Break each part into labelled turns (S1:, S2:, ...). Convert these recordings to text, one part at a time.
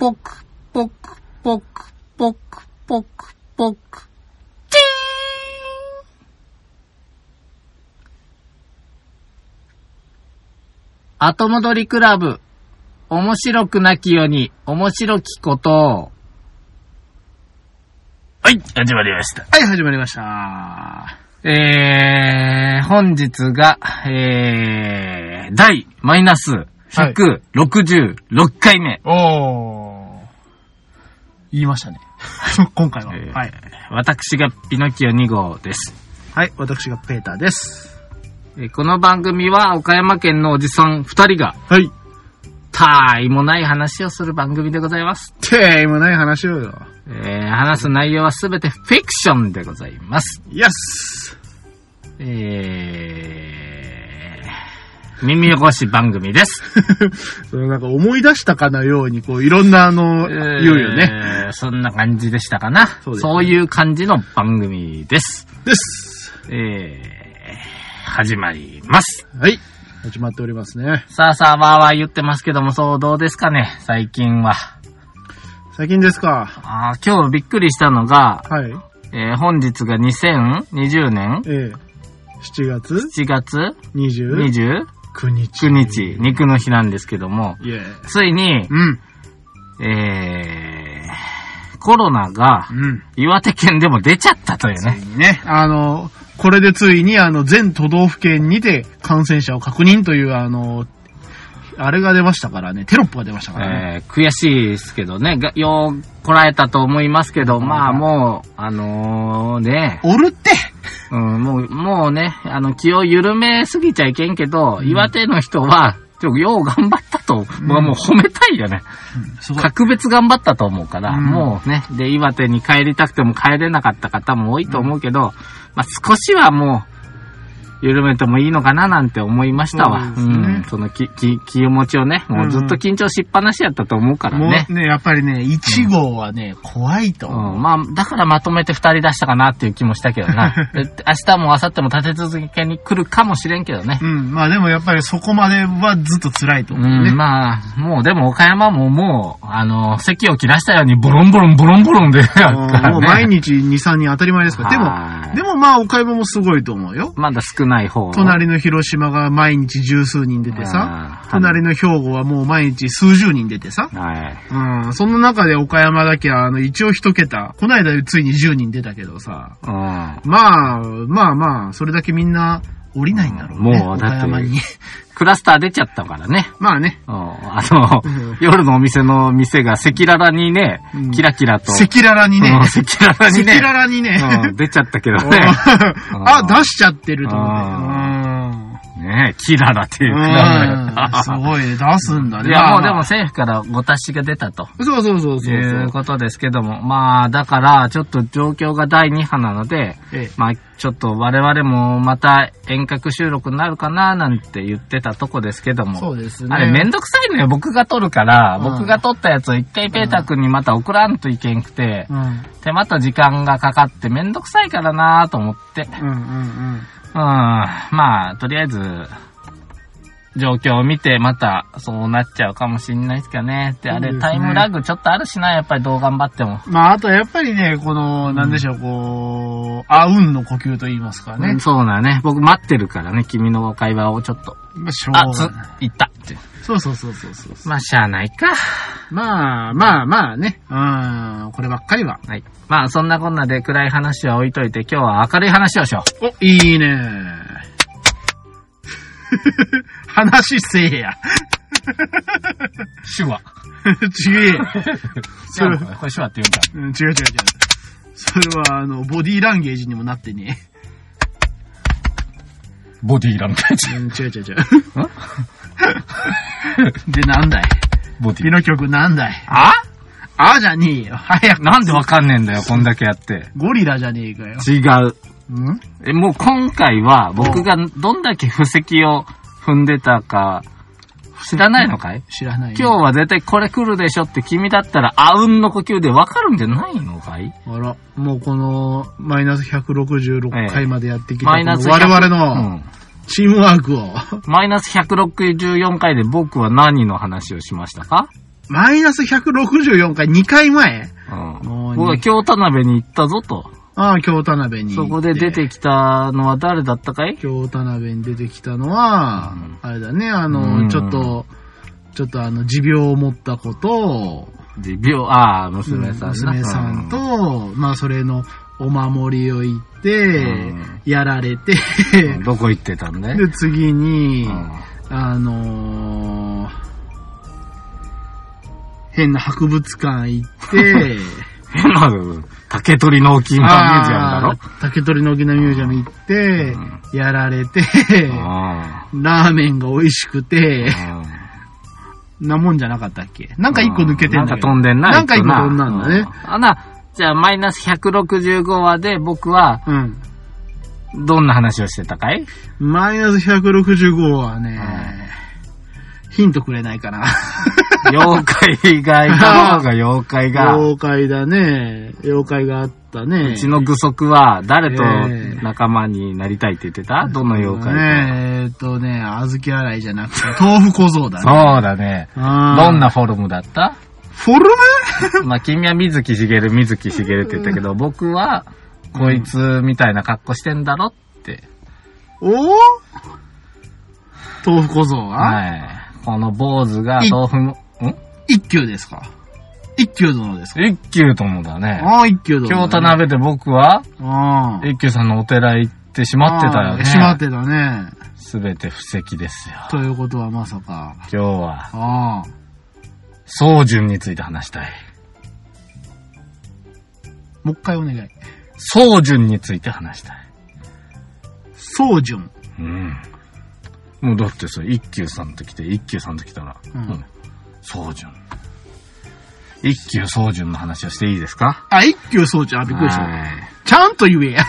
S1: ぽくぽくぽくぽくぽくぽく。チーン後戻りクラブ。面白くなきように、面白きことを。
S2: はい、始まりました。
S1: はい、始まりました。えー、本日が、えー、第マイナス166回目。
S2: おー。言いましたね。 今回は、
S1: えー
S2: はい。
S1: 私がピノキオ2号です。
S2: はい、私がペーターです。
S1: えーこの番組は岡山県のおじさん2人が、
S2: はい。
S1: たーいもない話をする番組でございます。
S2: てーもない話をよ。
S1: えー、話す内容はすべてフィクションでございます。
S2: イエス
S1: えー、耳汚し番組です。
S2: そのなんか思い出したかのように、こう、いろんなあの、言うよね。
S1: ね。そんな感じでしたかな。
S2: そ
S1: そうう,、
S2: ですね
S1: いう感じの番組です。
S2: です。
S1: えー、始まります。
S2: はい。始まっておりますね。
S1: さあさあ、わーわー言ってますけども、そう、どうですかね、最近は。
S2: 最近ですか。
S1: あー今日びっくりしたのが、
S2: はい。
S1: えー本日が2020年
S2: えー、7月
S1: 7月
S2: 29
S1: 29
S2: 日。
S1: 日、肉の日なんですけども、
S2: イエーイ。
S1: ついに
S2: う、ん。
S1: えー、コロナが
S2: うん。
S1: 岩手県でも出ちゃったというね。
S2: ね、あの、これでついに、あの、全都道府県にて感染者を確認という、あの、あれが出ましたからね、テロップが出ましたからね。
S1: えー悔しいですけどね、がようこらえたと思いますけど、まあもう、あのーね、
S2: おるって
S1: うん、もう、もうね、あの、気を緩めすぎちゃいけんけど、岩手の人は、ちょよう頑張ったと、僕はもう褒めたいよね。
S2: す
S1: 格別頑張ったと思うから、
S2: うん
S1: もうね、で、岩手に帰りたくても帰れなかった方も多いと思うけど、まあ少しはもう、緩めてもいいのかななんて思いましたわ。
S2: そう
S1: う
S2: ですね
S1: ん。そのき、き、気持ちをね、もうずっと緊張しっぱなしやったと思うから
S2: も
S1: ね。
S2: うね、やっぱりね、1号はね、怖いと
S1: う
S2: 思う。
S1: ん、まあ、だからまとめて二人出したかなっていう気もしたけどな。で明日も明後日も立て続けに来るかもしれんけどね
S2: う。ん、まあでもやっぱりそこまではずっと辛いと
S1: う
S2: 思うね。
S1: ん、まあ、もうでも岡山ももう、あの、席を切らしたようにボロンボロンボロンボロンで、
S2: うんもう毎日2、3人当たり前ですから。
S1: は
S2: で
S1: い
S2: も、でもまあ、岡山もすごいと思うよ。
S1: まだ少ない方。
S2: 隣の広島が毎日十数人出てさ
S1: あ、ー
S2: 隣の兵庫はもう毎日数十人出てさ、
S1: はい。
S2: うん、その中で岡山だけは、あの、一応一桁。こないだついに10人出たけどさ。
S1: うん。
S2: まあ、まあまあ、それだけみんな降りないんだろうね。
S1: もうだっ
S2: 岡
S1: て
S2: 山に。
S1: クラスター出ちゃったからね。
S2: まあね。
S1: うん。あの
S2: うん、
S1: 夜のお店の店が赤裸々にね
S2: うん、
S1: キラキラと。
S2: 赤裸々にね。
S1: うん
S2: 赤
S1: 赤裸々にね
S2: 裸。々にね。
S1: うん出ちゃったけど
S2: お
S1: ね。
S2: あ、出しちゃってると思っ
S1: あ
S2: て。
S1: ねえ、キララ っていううんク
S2: うん
S1: ラ
S2: すごいね、出すんだ
S1: ブ。い
S2: ね。
S1: や、
S2: ま
S1: も
S2: あ
S1: うでも
S2: まあ
S1: 政府からご達しが出たと。
S2: そうそうそうそう。
S1: いうことですけども。まあ、だから、ちょっと状況が第2波なので、
S2: ええ
S1: まあ、ちょっと我々もまた遠隔収録になるかななんて言ってたとこですけども。
S2: そうですね。
S1: あれめんどくさいのよ。僕が撮るから、
S2: うん
S1: 僕が撮ったやつを一回ペーター君にまた送らんといけんくて、
S2: うん。うん
S1: 手間と時間がかかってめんどくさいからなと思って。うん。
S2: うんうん。
S1: まあ、とりあえず、状況を見てまたそうなっちゃうかもしんないですかね。で、あ
S2: そう
S1: れ
S2: ですね
S1: タイムラグちょっとあるしな、やっぱりどう頑張っても。
S2: まあ、あとはやっぱりね、この、なんでしょう、こう、あうんの呼吸と言いますか
S1: う
S2: ね
S1: ん。そうだね。僕待ってるからね、君の会話をちょっと。
S2: まあ、しょうが
S1: あ、つ
S2: ない。、
S1: 行ったって。
S2: そうそうそうそうそう。
S1: まあ、しゃあないか。
S2: まあまあまあね。うん、こればっかりは。
S1: はい。まあ、そんなこんなで暗い話は置いといて、今日は明るい話をしよう。
S2: お、いいね。 話せえや。
S1: 手話。
S2: ちげえよ。それ、うん、違
S1: これ手話って言うんだ。
S2: う違う違う。それは、あの、ボディーランゲージにもなってね
S1: ボディーランゲージ
S2: え。。うん、違う違う 違う。で、なんだい
S1: ボディ
S2: ピノ曲なんだい
S1: あ
S2: あじゃねえよ。早く。
S1: なんでわかんねえんだよ、こんだけやって。
S2: ゴリラじゃねえかよ。
S1: 違う。
S2: ん
S1: え、もう今回は、僕がどんだけ布石を踏んでたか、知らないのかい
S2: 知らないよ。
S1: 今日は絶対これ来るでしょって君だったら、あうんの呼吸でわかるんじゃないのかい
S2: あら、もうこの、マイナス166回までやってきた、
S1: マイナ
S2: こ
S1: ス
S2: の我
S1: 100
S2: 々の
S1: うん
S2: チームワークを、
S1: マイナス164回で僕は何の話をしましたか
S2: マイナス164回、2回前
S1: うん
S2: もうね
S1: 僕は京田辺に行ったぞと。
S2: ああ、京田辺に
S1: そ
S2: 行って。
S1: こで出てきたのは誰だったかい
S2: 京田辺に出てきたのは、
S1: うん
S2: あれだね、あ
S1: う
S2: の、
S1: ん
S2: ちょっと、ちょっとあの、持病を持った子と、
S1: で、病、ああ、娘さんな
S2: 娘さんと、、まあ、それのお守りを言って、
S1: うん
S2: やられて、
S1: うんどこ行ってたんだい
S2: で、次に、
S1: うん
S2: あのー変な博物館 行って、
S1: 変な、竹取の沖縄ミュージアムだろ
S2: あー竹取の沖縄ミュージアム行って、やられて、
S1: あ
S2: ラーメンが美味しくて、
S1: あうん
S2: なもんじゃなかったっけなんか一個抜けて
S1: なんん
S2: だ
S1: か
S2: けど。
S1: 飛んでんな。
S2: なんか一個
S1: 一個
S2: 飛んだんだね。
S1: うあな、じゃあマイナス165話で僕は
S2: うん。
S1: どんな話をしてた かい
S2: マイナス165はね、ヒントくれないかな。
S1: 妖怪 がいたろうが妖怪が。
S2: 妖怪だね。妖怪があったね。
S1: うちの具足は誰と
S2: ええ
S1: 仲間になりたいって言ってたどの妖怪か。
S2: ねえーっとね、小豆洗いじゃなくて、 豆腐小僧だ
S1: そ
S2: ね。
S1: うだね。
S2: ど
S1: どんなフォルムだった
S2: フォルム
S1: まあ、君は水木しげる、水木しげるって言ったけど、僕は、こいつみたいな格好してんだろって。
S2: おお豆腐小僧は、
S1: はい。この坊主が
S2: い
S1: 豆腐も、ん
S2: 一休ですか一休殿ですか
S1: 一休ともだね。
S2: ああ、一休殿、
S1: 京田。鍋で僕は、
S2: ああ。
S1: 一休さんのお寺行ってしまってたよね。
S2: しまってたね。
S1: すべて布石ですよ。
S2: ということはまさか。
S1: 今日は、
S2: ああ。
S1: 宗純について話したい。
S2: もう一回お願い。
S1: 宗純について話したい。
S2: 宗順。
S1: うん。もうだってさ、一休さんと来て、一休さんと来たら、
S2: うん
S1: もう宗純。一休宗純の話をしていいですか
S2: あ、一休宗順。あ、びっくりした。
S1: は
S2: ちゃんと言えや。
S1: い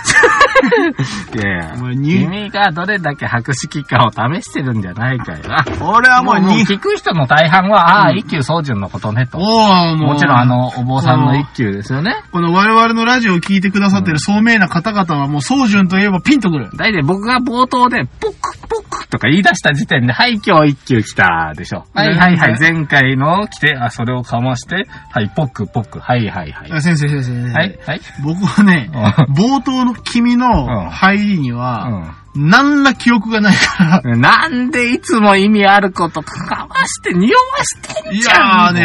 S1: いやいや
S2: お前に
S1: 君がどれだけ博識かを試してるんじゃないかよな。
S2: 俺はも
S1: も
S2: う
S1: うもう
S2: に、
S1: 聞く人の大半は、ああ、一休宗純のことねと。
S2: おおもう。
S1: もちろんあ、の、お坊さんの一休ですよね。
S2: この我々のラジオを聞いてくださってる聡明な方々はもう宗順といえばピンとくる。
S1: 大体僕が冒頭で、ポクポクとか言い出した時点で、はい、今日一休来たでしょ。はいはいはい、前回の来て、あ、それをかまして、はい、ポクポク、はいはいはい。
S2: あ先生先生先生。
S1: はい、はい。
S2: 僕はね、
S1: う
S2: 冒頭の君
S1: うん
S2: の入りには、何ら記憶がないから、
S1: うん。なんでいつも意味あることかまして、匂わしてん
S2: い
S1: じゃ
S2: やー
S1: ん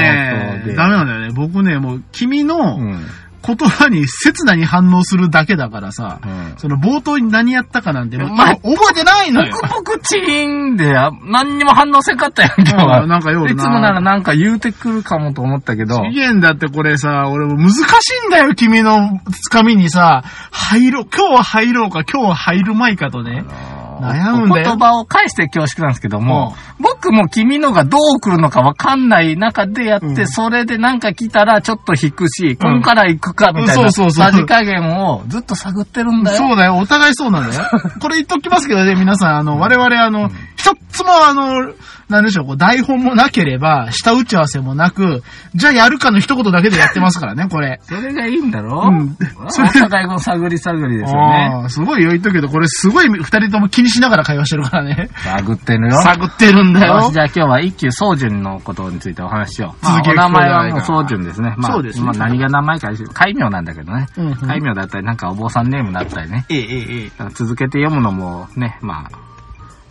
S2: ねダメなんだよね。僕ね、もう君
S1: う
S2: の
S1: ん。
S2: 言葉に刹那に反応するだけだからさ、
S1: うん
S2: その冒頭に何やったかなんて、もう
S1: お前
S2: 覚えてないのよ。
S1: ポクポクチーンで、あ何にも反応せんかったやん、今日
S2: う
S1: は
S2: ん。なんかよう
S1: いつもならなんか言うてくるかもと思ったけど。
S2: 次元だってこれさ、俺も難しいんだよ、君のつかみにさ、入ろう、今日は入ろうか、今日は入るまいかとね。悩むんだよ
S1: お言葉を返して恐縮なんですけども、僕も君のがどう来るのかわかんない中でやって、
S2: うん
S1: それでなんか来たらちょっと引くし、こんから行くかみたい
S2: うん
S1: な、
S2: そうそうそう
S1: さじ加減をずっと探ってるんだよ。
S2: そうだよ、お互いそうなんだよ。これ言っときますけどね、皆さん、あの、我々、あの、一つも、あの、なんでしょう、こう台本もなければ、下打ち合わせもなく、じゃあやるかの一言だけでやってますからね、これ。
S1: それがいいんだろ
S2: うん
S1: お
S2: それ
S1: 互いの探り探りですよね。
S2: あーすごいよ、言っとくけど、これすごい二人とも気にしながら会話してるからね。
S1: 探ってるよ。
S2: 探ってるんだ
S1: よ
S2: よ
S1: し、。じゃあ今日は一休宗純のことについてお話しよう。まあ、
S2: 続け
S1: お
S2: る
S1: 名前はもう宗純ですね。まあ、
S2: そうですね
S1: まあ何が名前か、戒名なんだけどね。
S2: うんうん
S1: 戒名だったり、なんかお坊さんネームだったりね。
S2: ええええええ。
S1: だから続けて読むのもね、まあ、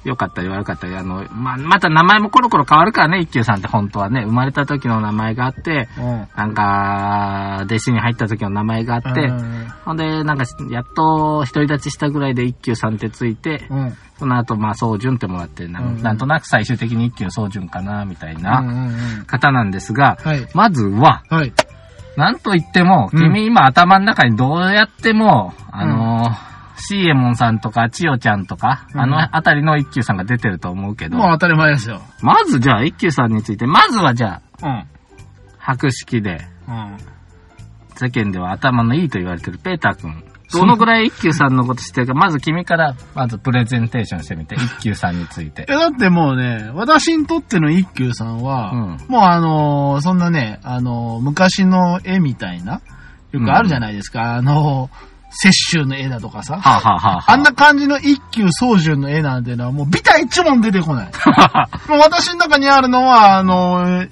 S1: 良かったり悪かったり、あの、まあ、また名前もコロコロ変わるからね、一休さんって本当はね、生まれた時の名前があって、
S2: うん。
S1: なんか、弟子に入った時の名前があって、ほんで、なんか、やっと独り立ちしたぐらいで一休さんってついて、
S2: うん。うん。
S1: その後、まあ、宗順ってもらって、な
S2: うん
S1: んなんとなく最終的に一休宗順かな、みたい
S2: うんう
S1: なん
S2: うん
S1: 方なんですが、
S2: はい。
S1: まずは、
S2: はい。
S1: なんと言っても、
S2: うん
S1: 君今頭の中にどうやっても、あのー、シーエモンさんとか、千代ちゃんとか、
S2: うん
S1: あのあたりの一休さんが出てると思うけど、
S2: もう当たり前ですよ。
S1: まずじゃあ一休さんについて、まずはじゃあ、
S2: うん。
S1: 白式で、
S2: うん。
S1: 世間では頭のいいと言われてるペーター君。どのぐらい一休さんのこと知ってるか、まず君から、まずプレゼンテーションしてみて、一休さんについて
S2: え、。だってもうね、私にとっての一休さんは、
S1: うん
S2: もうあのーそんなね、あのー昔の絵みたいな、よくあるじゃないですか、あのー雪舟の絵だとかさ、
S1: はあ、はあはあは
S2: あんな感じの一休宗純の絵なん てのはもうビタ一文出てこない。もう私の中にあるのは、あのー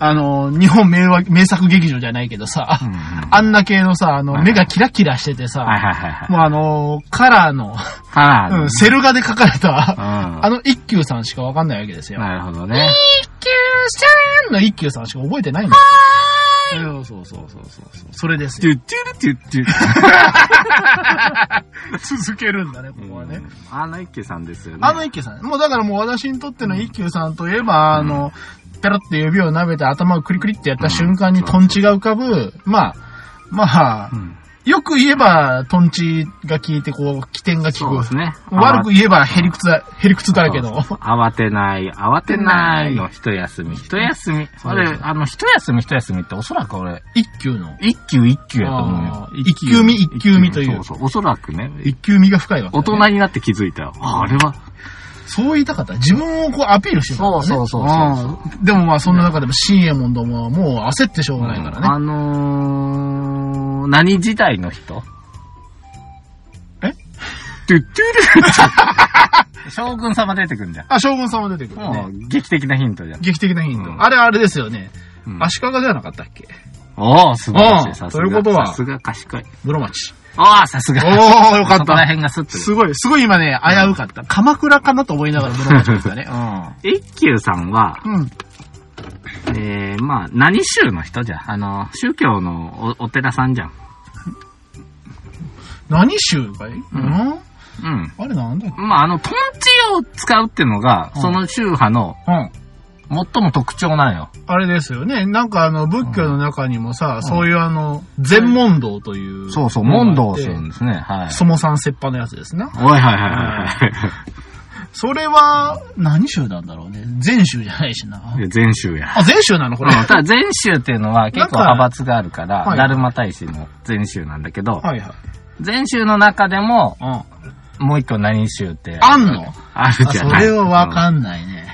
S2: あの、日本名わ名作劇場じゃないけどさ、
S1: うんうん
S2: あんな系のさ、あ
S1: はい
S2: の、
S1: はい
S2: 目がキラキラしててさ、
S1: はいはいはいはい。
S2: もうあの、カラーの、
S1: カラーの
S2: うん、セル画で描かれた、
S1: うん
S2: あの一休さんしかわかんないわけですよ。
S1: なるほどね。
S2: 一休さんの一休さんしか覚えてないんだ
S1: そうそうそうそうそうそう。
S2: それです
S1: ト
S2: よ。
S1: ゥットゥルトゥットゥ
S2: 続けるんだね、ここはね。
S1: うんあの一休さんですよね。
S2: あの一休さん。もうだからもう私にとっての一休さんといえば、あの、ペロって指を舐めて頭をクリクリってやった瞬間にトンチが浮かぶ、まあ、まあ
S1: う、ん
S2: よく言えばトンチが効いてこう、起点が
S1: そう
S2: 効
S1: で
S2: く。
S1: すね。
S2: 悪く言えばヘリクツだ、ヘリクツだらけ
S1: そう
S2: ど
S1: そ。う慌てない、慌てないの一休み、一休み。
S2: そうです
S1: 俺、あの、一休み、一休みっておそらく俺、
S2: 一休の。
S1: 一級一級やと思うよ
S2: あ。ー一級み一級みという
S1: そうそう、おそらくね。
S2: 一休身が深いわけ、
S1: 大人になって気づいたよ。ああれは、
S2: そう言いたかった。自分をこうアピールしてたからね。
S1: そうそうそうそ
S2: うんでもまあそんな中でも新右衛門どもはもう焦ってしょうがないからね。
S1: あのー、何時代の人ト
S2: え
S1: ゥットゥ ル将軍様出てくんじゃん。
S2: あ、将軍様出てくる
S1: も
S2: ね。
S1: う、劇的なヒントじゃん。
S2: 劇的なヒント。
S1: うん
S2: あれあれですよね。
S1: うん
S2: 足利ではなかったっけ
S1: おー、素晴らし
S2: うん
S1: い。さす
S2: ということは
S1: が。さすが賢い。
S2: 室町。
S1: おー、さすが。
S2: おー、よか
S1: そ
S2: っ
S1: こら
S2: た。
S1: 辺がスッと出て
S2: すごい、すごい今ね、危うかった。鎌倉かなと思いながら室町でしたね。
S1: 一休さんは、
S2: うん。うん。
S1: えー、まあ、何宗の人じゃんあの、宗教のおお寺さんじゃん。
S2: 何宗かいうん
S1: うん。
S2: あれなんだっけ
S1: まあ、あの、トンチを使うっていうのが、
S2: うん
S1: その宗派の
S2: うん。
S1: 最も特徴なのよ。
S2: あれですよね。なんかあの、仏教の中にもさ、そういうあの、禅問答という。
S1: そうそう、問答す
S2: す
S1: るんですね。はい。
S2: そもさん折半のやつですね。
S1: おいはいはいはい
S2: それは、何州なんだろうね。全州じゃないしな
S1: は。い。全宗や。
S2: あ、全州なのこ
S1: うん
S2: れ。
S1: ただ全宗っていうのは結構
S2: なんか
S1: 派閥があるから、
S2: はい
S1: だるま大使の全宗なんだけど、
S2: はいはい。
S1: 全宗の中でも、
S2: うん。あ
S1: もう一個何宗って
S2: あんの
S1: あるじゃ
S2: そ
S1: ない
S2: れはわ
S1: ん、
S2: かんないね。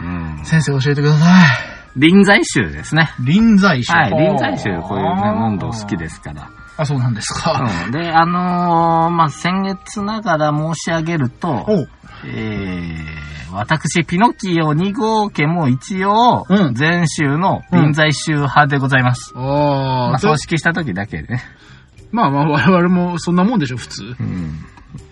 S1: うん。
S2: 先生教えてくださ
S1: 臨済宗ですね。
S2: い。臨済宗。
S1: はい、臨済宗、こういうね、問答
S2: 度
S1: 好きですから。
S2: あ、そうなんですか。
S1: うん、で、あのーまあ、先月ながら申し上げると、
S2: おう。
S1: えー、私、ピノキオ2号家も一応
S2: う、ん
S1: 全宗の臨済宗派でございます。
S2: あ
S1: まあ、
S2: あ、
S1: 葬
S2: と
S1: 式した時だけでね。
S2: まあまあ、我々もそんなもんでしょ、普通。
S1: うん。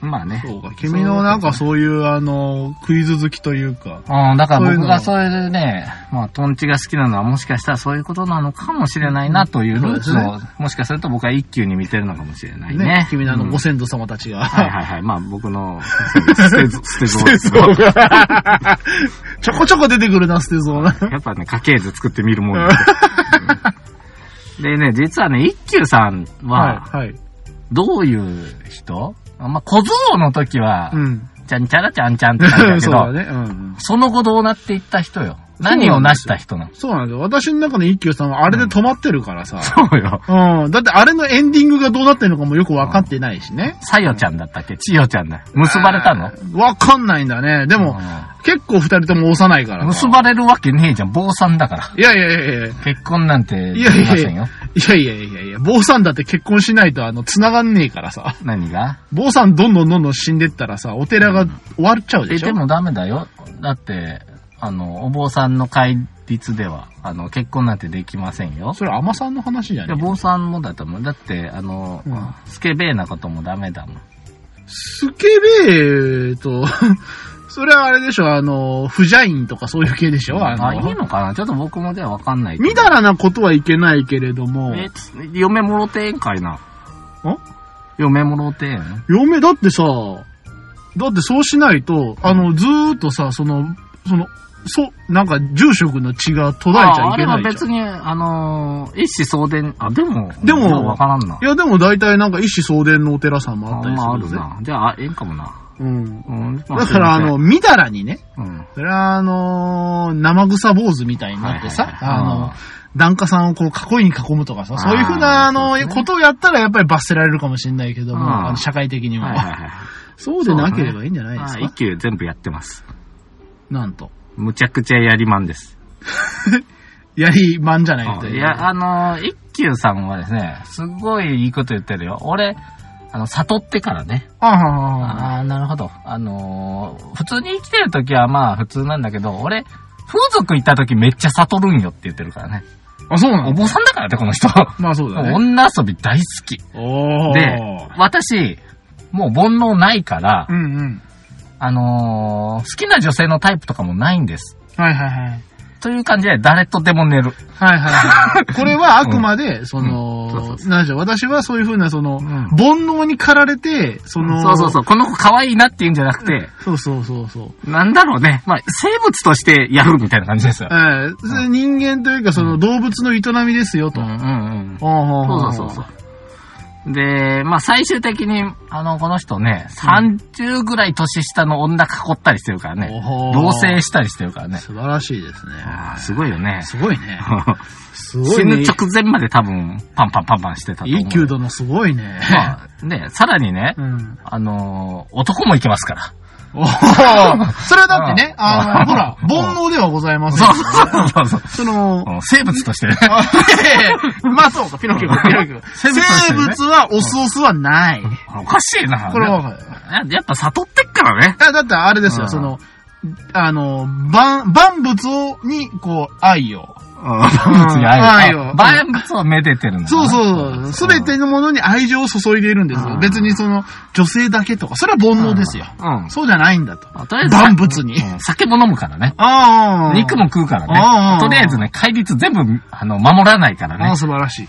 S1: まあね。
S2: そうか。君のなんかそういう、あの、クイズ好きというか。
S1: うん、だから僕が
S2: そ
S1: それでね、まあ、トンチが好きなのはもしかしたらそういうことなのかもしれないなというルーツ
S2: そう
S1: を、もしかすると僕は一級に見てるのかもしれないね。
S2: ね。君のあ
S1: う
S2: の、
S1: ん
S2: ご先祖様たち
S1: はい
S2: が。
S1: はいはい。まあ僕の、捨てず、捨 て
S2: ステ
S1: ず
S2: ゾーが。 ちょこちょこ出てくるな、ステゾーが。
S1: やっぱね、家系図作ってみるもんなん で。でね、実はね、一休さん は、
S2: はい。はい。
S1: どういう人、まあ、小僧の時は
S2: う、ん。
S1: ちゃんちゃらちゃんちゃんってなんだ け
S2: そう
S1: ど、
S2: だ
S1: そ
S2: ね。うん。
S1: の後どうなっていった人よ。
S2: なんですよ
S1: 何を成した人なの
S2: そうなんですよ。私の中の一休さんはあれで止まってるからさ。
S1: そうよ。
S2: うん。だってあれのエンディングがどうなってるのかもよくわかってないしね。
S1: さよちゃんだったっけちよちゃんだ。結ばれたの
S2: わかんないんだね。でも、結構二人とも幼いから
S1: うん
S2: な。
S1: 結ばれるわけねえじゃん。坊さんだから。
S2: いやいやいやいや。
S1: 結婚なんてでき
S2: いやい
S1: ま
S2: やい
S1: せ
S2: や
S1: んよ。
S2: いやいやいやいや、坊さんだって結婚しないと、あの、繋がんねえからさ。
S1: 何が
S2: 坊さんどんどんどんどん死んでったらさ、お寺が終わっちゃうで
S1: え、
S2: しょ、
S1: でもダメだよ。だって、あの、お坊さんの戒律では、あの、結婚なんてできませんよ。
S2: それ、甘さんの話じゃ
S1: いや、
S2: ねえ。
S1: 坊さんもだと思う。だって、あの、
S2: うん
S1: スケベーなこともダメだもん。
S2: スケベーと、 それはあれでしょ、あの、不ジャインとかそういう系でしょ、あ
S1: あ、いい
S2: の、
S1: のかなちょっと僕もではわかんないけど。
S2: みだらなことはいけないけれども、
S1: え、つ嫁もろてえんかいな。嫁もろてえん
S2: 嫁、だってさ、だってそうしないと、あの、ずーっとさ、その、その、そう、なんか住職の血が途絶えちゃ
S1: ああ
S2: いけ
S1: れ
S2: な
S1: はい
S2: じゃん
S1: 別に、あの、一子相伝、あ、でも、
S2: でも
S1: ようわからんな。
S2: いや、でも大体なんか一子相伝のお寺さんもあ
S1: あ
S2: っ
S1: ん
S2: たり
S1: まああ
S2: する
S1: る
S2: ぜ。
S1: な。じゃあ、あええんかもな。
S2: うん。
S1: うん。だ
S2: だから、あの、、みだらにね、
S1: うん。
S2: それは、あのー生臭坊主みたいになってさ、
S1: はいはいはい
S2: あの、檀家さんをこう、囲いに囲むとかさ、そういうふうな、
S1: あー
S2: あの
S1: そうですね
S2: ことをやったらやっぱり罰せられるかもしれないけども、
S1: あー
S2: あの社会的にも、
S1: はいはいはい。
S2: そうでなければいいんじゃないで
S1: は
S2: すか、
S1: い、一級全部やってます。
S2: なんと。
S1: むちゃくちゃやりまんです。
S2: やりまんじゃないみたい
S1: いや、あのー、一級さんはですね、すごいいいこと言ってるよ。俺、あの、悟ってからね。
S2: あはははは
S1: ああ、なるほど。あのー、普通に生きてる時はまあ普通なんだけど、俺、風俗行った時めっちゃ悟るんよって言ってるからね。
S2: あ、そうな
S1: お
S2: の
S1: 坊さんだからね、この人。
S2: まあそうだね。
S1: 女遊び大好き。
S2: おー
S1: で、私、もう煩悩ないから
S2: う、んうん。
S1: あのー好きな女性のタイプとかもないんです。
S2: はいはいはい。
S1: という感じで、誰とでも寝る。
S2: はいは いはい。これはあくまで、そ
S1: うんそうそう、
S2: のなんでしょう、私はそういうふうな、その、
S1: ん
S2: 煩悩に駆られて、その、
S1: そうそうそう。この子可愛いなって言うんじゃなくて、
S2: そうそうそうそう。
S1: なんだろうね。まあ、生物としてやるみたいな感じですよ。
S2: ええそれ人間というか、その動物の営みですよ、と。
S1: うんうんうん。
S2: ほほ
S1: そう
S2: ほ
S1: そうそうそう。で、まあ最終的に、あの、この人ね、30ぐらい年下の女囲ったりしてるからね。
S2: おー
S1: 同棲したりしてるからね。
S2: 素晴らしいですね。
S1: あーすごいよね。
S2: すごいね。すご
S1: 死
S2: い
S1: ぬ
S2: ね。
S1: 直前まで多分、パンパンパンパンしてたと思う。
S2: いい球度のすごいね。
S1: まあ、 ね、さらにね、
S2: うん。
S1: あのー男もいけますから。
S2: おー それはだってね、
S1: うん
S2: あ
S1: う
S2: の、
S1: ん
S2: ほら、煩悩ではございませ
S1: そ
S2: ん
S1: う。そうそうそう。
S2: そ の、
S1: うん 生物としてね。
S2: あいやいやまあそうか、ピノキオか、ピノキオか。
S1: 生物として
S2: 生
S1: ね
S2: 物はオスオスはない。
S1: おかしいな。
S2: これはわかる。
S1: ややっぱ悟ってっからね。
S2: あだってあれです
S1: う
S2: よ、
S1: ん
S2: その、あの、万、万物を、に、こう、愛を。
S1: 万物に愛
S2: 愛を
S1: を。万物をめでてるんだな。
S2: そうそう、すべてのものに愛情を注いでいるんです
S1: う
S2: よ。
S1: ん
S2: 別にその、女性だけとか、それは煩悩ですよ。
S1: うん。
S2: そうじゃないんだと。
S1: まあとりあえず、
S2: 万物に。
S1: うん酒も飲むからね。
S2: ああ。
S1: 肉も食うか
S2: あ
S1: ら
S2: あ
S1: ね。とりあえずね、戒律全部、あの、守らないから
S2: あ
S1: ね
S2: あ、。素晴らしい。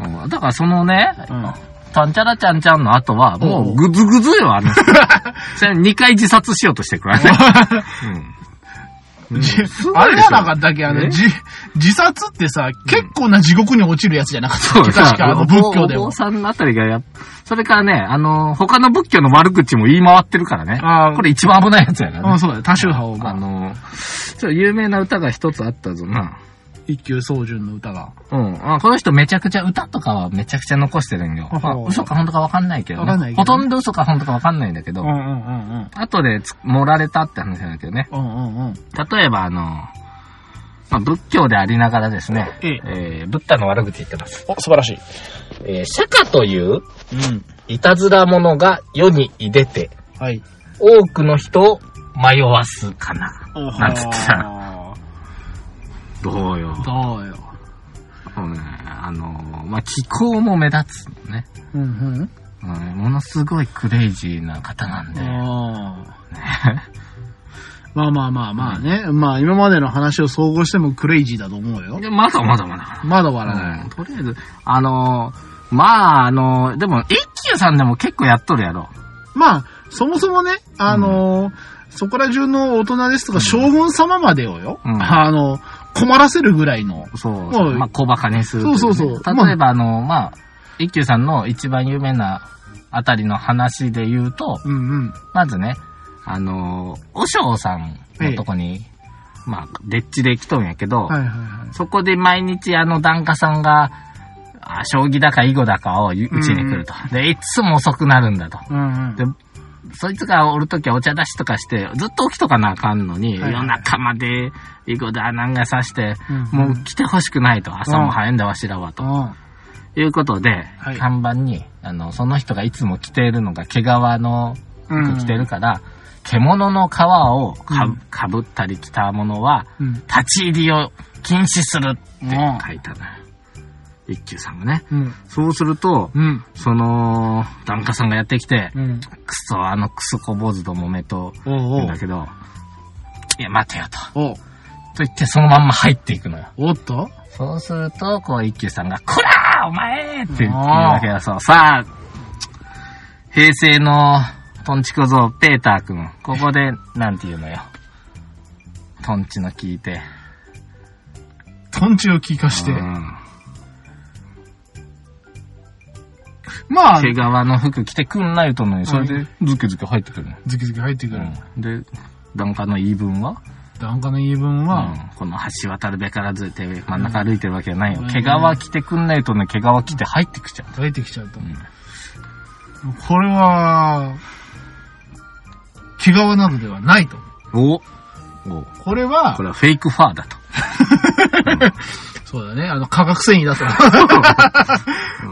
S1: うんだからそのね、
S2: うん。
S1: たんちゃらちゃんちゃんの後は、も
S2: おう
S1: うぐずぐずよ、あの 人。それ2回自殺しようとしてるからね。うん
S2: じ
S1: すご
S2: あ
S1: い
S2: れ
S1: で
S2: じ
S1: し
S2: ゃ
S1: ょ
S2: なかったっけあの、
S1: え
S2: じ、自殺ってさ、結構な地獄に落ちるやつじゃなかった
S1: そ
S2: っ
S1: う
S2: け
S1: だ
S2: 確か、あの、仏教で
S1: お
S2: も
S1: 坊。さんのあたりがやっそれからね、あの、他の仏教の悪口も言い回ってるからね。
S2: ああ
S1: これ一番危ないやつやから
S2: う
S1: ね
S2: ん、。そうだよ。多宗派を、
S1: あ
S2: まあ、
S1: の、ちょっと有名な歌が一つあったぞな。
S2: 一休宗純の歌が。
S1: うん。あこの人めちゃくちゃ歌とかはめちゃくちゃ残してるんよ。
S2: あ
S1: まあ
S2: そう
S1: 嘘か本当かわかんないけど、
S2: わかんないけど
S1: ほとんど嘘か本当かわかんないんだけど、
S2: うんうん
S1: 後でつ盛られたって話なんだけどね。
S2: うん。うんうんうん。
S1: 例えばあの、まあ、仏教でありながらですね、
S2: え
S1: えー、ブッダの悪口言ってます。
S2: お、素晴らしい。
S1: えー、釈迦という
S2: うん。
S1: いたずら者が世に出て、
S2: はい。
S1: 多くの人を迷わすかな。なんつってさ、どうよ。
S2: どうよ。
S1: そうね、あの、まあ、気候も目立つのね。
S2: うんうん。
S1: うんものすごいクレイジーな方なんで。
S2: ああ。まあまあまあまあね。まあ今までの話を総合してもクレイジーだと思うよ。
S1: でまだまだまだ。
S2: まだ終わらない。
S1: うんとりあえず、あのーまあ、あのーでも、一休さんでも結構やっとるやろ。
S2: まあ、そもそもね、あのーそこら中の大人ですとか、将軍様までをよ、
S1: うん
S2: あの、困らせるぐらいの。
S1: そう
S2: はい
S1: まあ、小馬鹿にするといね
S2: そうそうそう
S1: 例えば、あのーまあ、一休さんの一番有名なあたりの話で言うと、
S2: うんうん。
S1: まずね、あのー、和尚さんのとこに、まあ、でっちで来とんやけど、
S2: はいはいはい。
S1: そこで毎日あの檀家さんが、あ将棋だか囲碁だかをうちに来ると。で、いつも遅くなるんだと。
S2: うんうん
S1: で。そいつがおるときはお茶出しとかして、ずっと起きとかなあかんのに、
S2: はいはい
S1: 夜中まで囲碁だなんかさして、
S2: うんうん
S1: もう来てほしくないと。朝も早いんだわしらはと。
S2: あ
S1: いうことで、
S2: はい
S1: 看板に、あの、その人がいつも着ているのが毛皮の
S2: うん
S1: 服着てるから、獣の皮をか
S2: う
S1: ぶ
S2: ん
S1: かぶったり着たものは、
S2: うん。
S1: 立ち入りを禁止するって
S2: うん
S1: 書いたのよ一休さんがね。
S2: うん。
S1: そうすると、
S2: うん。
S1: その、檀家さんがやってきて、
S2: うん。
S1: クソ、あのクソ小坊主どもめと、
S2: お
S1: 言
S2: うお
S1: うん
S2: う
S1: だ。けど、いや、待てよと。
S2: おう
S1: と言って、そのまんま入っていくのよ。
S2: おっと
S1: そうすると、こう、一休さんが、こらーお前って言うわけだそう。さあ、平成のトンチ小僧、ペーター君、ここで、なんて言うのよ。トンチの聞いて。
S2: トンチを聞かして
S1: う。ん
S2: まあ、
S1: 毛皮の服着てくんないとのに、それ
S2: う
S1: でズキズキ入ってくるの。
S2: ズキズキ入ってくる。
S1: で、檀家の言い分は、
S2: 檀家の言い分
S1: う
S2: は、
S1: んこの橋渡るべからずれて真ん中歩いてるわけじゃないよ。
S2: うん
S1: 毛皮着てくんないとね、毛皮着て入ってきちゃう。
S2: 入ってきちゃうと。
S1: ん
S2: これは、毛皮などではないと。
S1: おお
S2: これは、
S1: これはフェイクファーだと。
S2: そうだね。あの、化学繊維だと。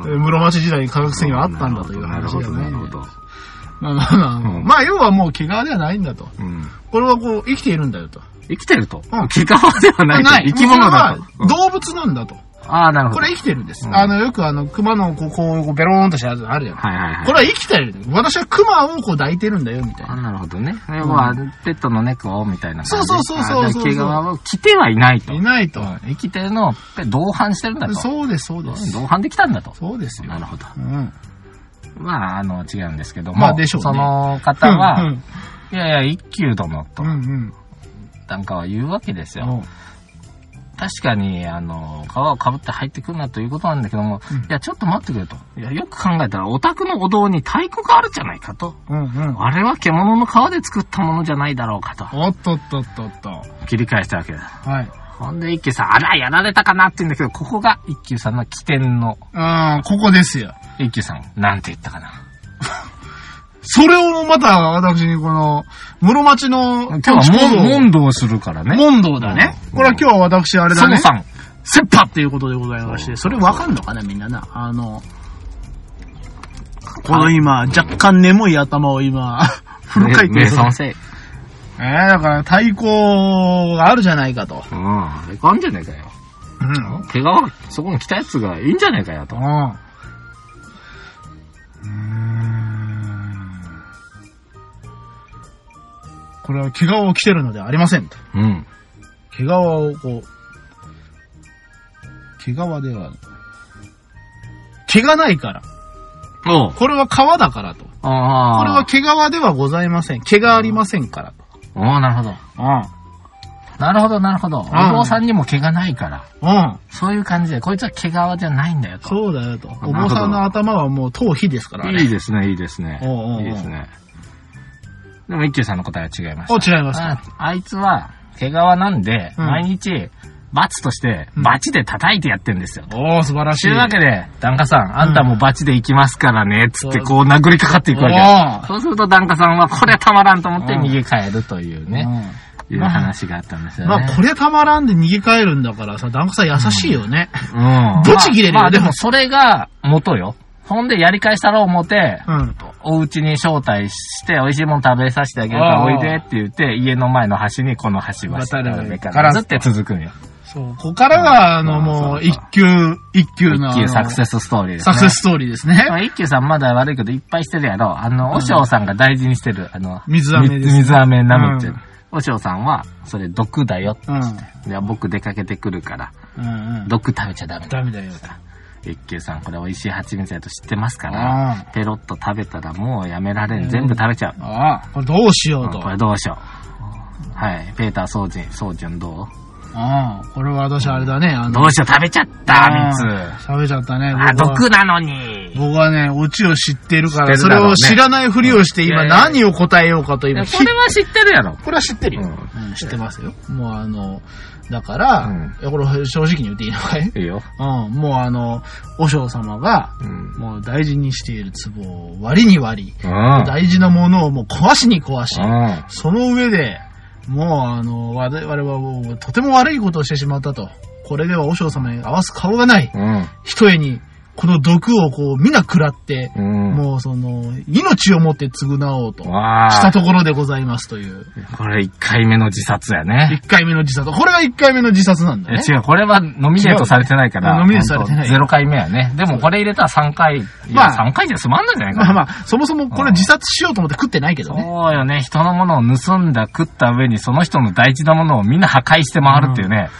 S2: 室町時代に化学繊維はあったんだという
S1: なる
S2: 話
S1: ほ
S2: だ
S1: ど、
S2: ね。
S1: なるほど。
S2: まあまあまあ
S1: うん
S2: まあ要はもう毛皮ではないんだと。
S1: うん。
S2: これはこう、生きているんだよと。
S1: 生きてると。
S2: うん
S1: 毛皮ではないと。生き物だ
S2: もうそ
S1: と。うん
S2: れは動物なんだと。
S1: ああ、なるほ
S2: こ
S1: ど。
S2: れ生きてるんです。
S1: うん
S2: あの、よくあの、熊のこう、こう、ベローンとしたやつあるじゃない。
S1: はいはいはい。
S2: これは生きてる。私は熊をこう抱いてるんだよ、みたい
S1: あ
S2: な。
S1: なるほどね。要は、ペットの猫をみたいな感じ。
S2: そうそうそうそう
S1: あで毛皮を着てはいないと。
S2: いないと。
S1: 生きてるのを同伴してるんだと。
S2: そうです、そうです。
S1: 同伴できたんだと。
S2: そうですよ
S1: な。るほど。
S2: うん。
S1: まあ、あの、違うんですけども。
S2: まあでしょうね
S1: その方は、
S2: うん
S1: いやいや、一休殿と
S2: う、んうん。
S1: なんかは言うわけですよ。
S2: うん
S1: 確かに、あの、皮をかぶって入ってくるなということなんだけども、
S2: うん
S1: いや、ちょっと待ってくれと。いや、よく考えたら、お宅のお堂に太鼓があるじゃないかと。
S2: うんうん。
S1: あれは獣の皮で作ったものじゃないだろうかと。
S2: おっとっとっとっと。
S1: 切り返したわけだ。
S2: はい。
S1: ほんで、一休さん、あら、やられたかなって言うんだけど、ここが一休さんの起点の、
S2: うん、ここですよ。
S1: 一休さん、なんて言ったかな。
S2: それをまた私にこの、室町の、
S1: 今日はもん問答するからね。
S2: 問答だね。
S1: うん
S2: これは今日は私あれだ
S1: そ
S2: ね
S1: の。さん、
S2: 切羽っていうことでございまし
S1: そう
S2: て、それわかんのかな、みんなな。あの、この今、若干眠い頭 を 今、フル回転
S1: 名
S2: する。
S1: 産生。
S2: えー、だから対抗があるじゃないかと。
S1: うん、あれかんじゃねえかよ。
S2: うん。
S1: 毛皮、そこに来たやつがいいんじゃねえかよと。
S2: うん。これは怪我を着てるのではありませんと。
S1: うん。
S2: 毛皮をこう、毛皮では、毛がないから。
S1: おう。
S2: これは皮だからと。
S1: ああ。
S2: これは毛皮ではございません。毛がありませんからと。
S1: おうなるほど。なるほど、なるほど。お坊さんにも毛がないから。
S2: うん。うん。
S1: そういう感じで、こいつは毛皮じゃないんだよと。
S2: そうだよと。お坊さんの頭はもう頭皮ですから
S1: いい
S2: ね。
S1: ですね、いいですね。
S2: おうおうおう
S1: いいですね。でも、一休さんの答えは違いました。
S2: お、違いました。
S1: ああいつは、毛皮なんで、
S2: うん
S1: 毎日、罰として、
S2: うん
S1: バチで叩いてやってんですよ。
S2: おー、素晴らし
S1: と
S2: い。
S1: いうわけで、檀家さん、あんたもバチで行きますからね、つってこう殴りかかっていくわけ。
S2: お
S1: そうすると檀家さんは、これはたまらんと思って逃げ帰るという
S2: ー
S1: ね、
S2: うん
S1: いう話があったんですよね。
S2: まあ、これたまらんで逃げ帰るんだからさ、旦那さん優しいよね。
S1: うん。
S2: ブチ切れるよ
S1: まあまあ
S2: で
S1: で
S2: も
S1: もそれが元よ。ほんでやり返したろう思って、
S2: うん。
S1: お家に招待して、美味しいもん食べさせてあげるか
S2: あ
S1: ら、
S2: あ
S1: おいでって言って、家の前の橋にこの橋橋
S2: 渡る
S1: 上か
S2: からら
S1: ずって続くんよ。
S2: そう、ここからが、あの、
S1: うん
S2: も、
S1: そううそう
S2: 一級、一級の。
S1: 一級
S2: あ
S1: サ
S2: の
S1: クセスストーリーです、ね。
S2: サクセスストーリーですね。
S1: まあ一休さんまだ悪いけどいっぱいしてるやろ。あの、
S2: ん
S1: おしょうさんが大事にしてる、あの、
S2: 水飴です
S1: み水飴舐めて
S2: う
S1: る
S2: ん。
S1: おしょうさんは、それ毒だよ。
S2: うん。
S1: じゃあ僕出かけてくるから、
S2: うんうん。
S1: 毒食べちゃダメだ。
S2: ダメだよ。
S1: 一休さんこれ美味しい蜂蜜やと知ってますから、
S2: あ
S1: ペロッと食べたらもうやめられ
S2: うん
S1: ん。全部食べちゃう
S2: あ。。ああ。これどうしようと。
S1: こ
S2: あ
S1: れどうしよう。はい。ペーター・ソージン、ソージュンど
S2: あ。これは私あれだね。あ
S1: う
S2: の、
S1: どうしよう食べちゃった、蜜。
S2: 食べちゃったね。
S1: あ、
S2: 僕は
S1: 毒なのに。
S2: 僕はね、オチを知ってるから、
S1: 知っ
S2: そ
S1: てるだ
S2: れ
S1: ろう
S2: を
S1: ね
S2: 知らないふりをして、
S1: うん
S2: 今
S1: いやいや
S2: 何を答えようかと
S1: い
S2: 今、
S1: や
S2: ひ
S1: これは知ってるやろ。
S2: これは知ってるよ。
S1: う
S2: うん、知ってますよ。もうあの、だから、
S1: うん
S2: いやこれ正直に言っていいのかい
S1: いいよ。
S2: うん、もうあの、和尚様が、
S1: うん。
S2: もう大事にしている壺を割りに割り、
S1: うん。う
S2: 大事なものをもう壊しに壊し、
S1: ん。
S2: その上で、もうあの、我々はもうとても悪いことをしてしまったと。これでは和尚様に合わす顔がない。
S1: うん。
S2: ひとえに、この毒をこう、皆食らって、
S1: うん。
S2: もうその、命をもって償おうと、し
S1: わ
S2: た
S1: あ。
S2: ところでございますという。
S1: これ1回目の自殺や ね。
S2: 1回目の自殺。これが1回目の自殺なんだ
S1: え
S2: ね。
S1: 違う、これはノミネートされてないから。
S2: 違うノミネートされてない
S1: 0回目やね。でもこれ入れたら3回。い
S2: ま
S1: や、
S2: あ
S1: 3回じゃ済まんないんじゃない
S2: まあ
S1: かな。
S2: まあ、そもそもこれ自殺しようと思って食ってないけどね。
S1: そうよね。人のものを盗んだ、食った上に、その人の大事なものをみんな破壊して回るっていうね。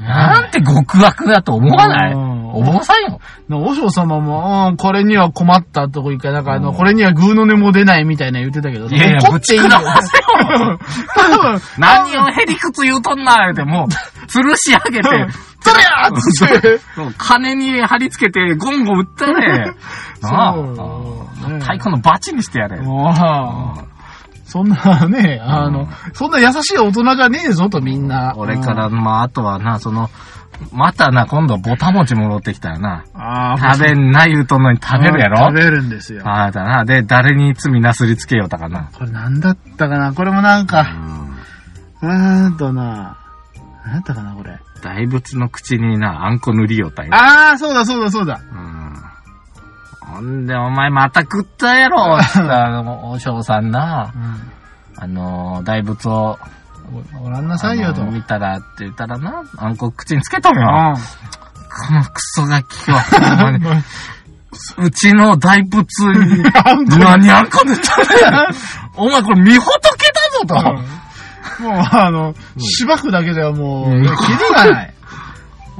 S1: なんて極悪だと思わない
S2: うん
S1: お坊さんよ。
S2: の、和尚様も、うん、これには困ったとこ一回、だからあの、
S1: うん
S2: これには偶の音も出ないみたいな言ってたけど、
S1: いやいや、
S2: 怒
S1: ぶ
S2: って
S1: ち
S2: いい
S1: く
S2: よ。
S1: らわせよ。
S2: 多分、
S1: 何をへりくつ言うとんな、言うて、もう、吊るし上げて、
S2: それや っつって。
S1: もう金に貼り付けて、ゴンゴン売った ね。なあ
S2: そうね
S1: 太鼓のバチにしてやれ。
S2: もう、そんなね、あの、そんな優しい大人じゃねえぞとみんな。
S1: これから、まあ、あとはな、その、またな、今度ボタ餅もろってきたらな。
S2: うん。ああ、
S1: 食べんな言うとんのに食べるやろ
S2: 食べるんですよ。
S1: ああだな。で、誰に罪なすりつけようたかな。
S2: これなんだったかなこれもなんか、うーんとな、なんだったかなこれ。
S1: 大仏の口にな、あんこ塗りようたんよ。
S2: ああ、そうだそうだそうだ。
S1: うん。ほんで、お前また食った やろ、つったら、お嬢さんな、
S2: うん。
S1: あのー、大仏を
S2: ごご覧なさいよと。
S1: あ
S2: う
S1: の
S2: ん。
S1: 見たらって言ったらな、暗黒口につけたのよ。このクソガキは、ほんまに うちの大仏に、何あんこ塗ったんだよ お前これ見仏だぞ
S2: もう、あの、しばくだけではもう、
S1: うん
S2: キリがない。
S1: と。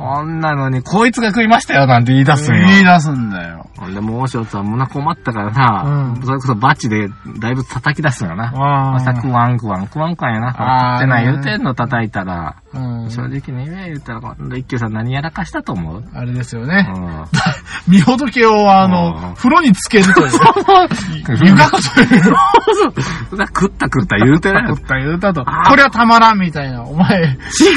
S1: こんなのに、こいつが食いましたよなんて言い出すんよ。
S2: 言い出すんだよ。
S1: ほんで、もうしょさん胸困ったからな、
S2: うん
S1: それこそバチでだいぶ叩き出すよな。
S2: あー
S1: 朝クワンクワン、クワンクワンやな。
S2: あー
S1: ってない言うてんの叩いたら、
S2: うん。
S1: 正直にね、言ったら、今度一休さん何やらかしたと思う
S2: あれですよ
S1: う
S2: ね。
S1: ん。
S2: 見仏を、あ
S1: うん
S2: の、風呂につけるという。 床かという。
S1: そうそう。だ食った食った言うてない
S2: 食った言うたと。
S1: あー
S2: これはたまらんみたいな。お前、 違う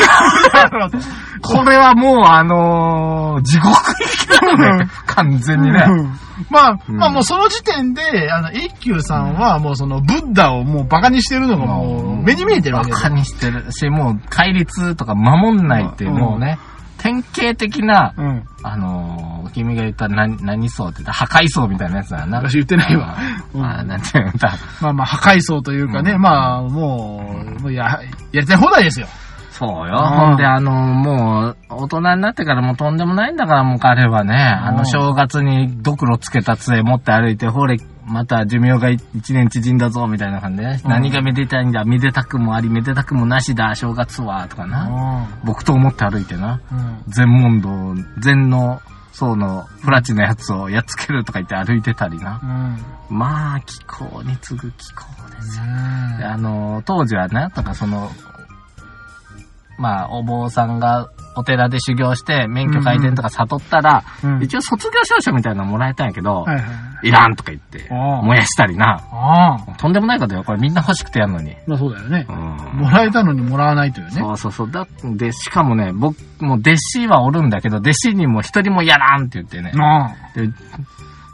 S2: だろうと。
S1: これはもうあのー、地獄行きなの
S2: うん
S1: ね。完全にね。
S2: うんまあ、
S1: うん
S2: まあもうその時点で、あの、一休さんはもうその、ブッダをもうバカにしてるのがもう、目に見えてるわけで
S1: バ
S2: す
S1: カにしてるし、もう戒律とか守んないっていう、
S2: うん
S1: もうね、典型的な、
S2: うん。
S1: あのー、君が言った何、何層って言った破壊層みたいなやつだな。
S2: 私言ってない
S1: あ
S2: わ
S1: ー
S2: うん
S1: あー、なんていうんだ。
S2: まあまあ、破壊層というかね、
S1: うん
S2: まあ、もう、もうや、やりたい放題ですよ。
S1: そうよ。
S2: あー
S1: ほんで、あのー、もう、大人になってからもうとんでもないんだから、もう彼はね、あの、正月にドクロつけた杖持って歩いて、ほれ、また寿命が一年縮んだぞ、みたいな感じでね。
S2: うん
S1: 何がめでたいんだ、めでたくもあり、めでたくもなしだ、正月は、とかな。僕と思って歩いてな。
S2: うん
S1: 全問答、全の層のフラチのやつをやっつけるとか言って歩いてたりな。
S2: うん。
S1: まあ、気候に次ぐ気候ですよ。で
S2: う
S1: あの、当時はね、とかその、まあ、お坊さんがお寺で修行して免許改善とか悟ったら、
S2: ん。
S1: 一応卒業証書みたいなのもらえたんやけど、
S2: はいはい。
S1: い、らんとか言って、
S2: ああ
S1: 燃やしたりな。
S2: ああ。
S1: とんでもないことよ。これみんな欲しくてやるのに。
S2: まあそうだよね
S1: う。ん。
S2: もらえたのにもらわないというね。
S1: そうそうそう。だって、しかもね、僕、もう弟子はおるんだけど、弟子にも一人もやらんって言ってね。
S2: あ
S1: で、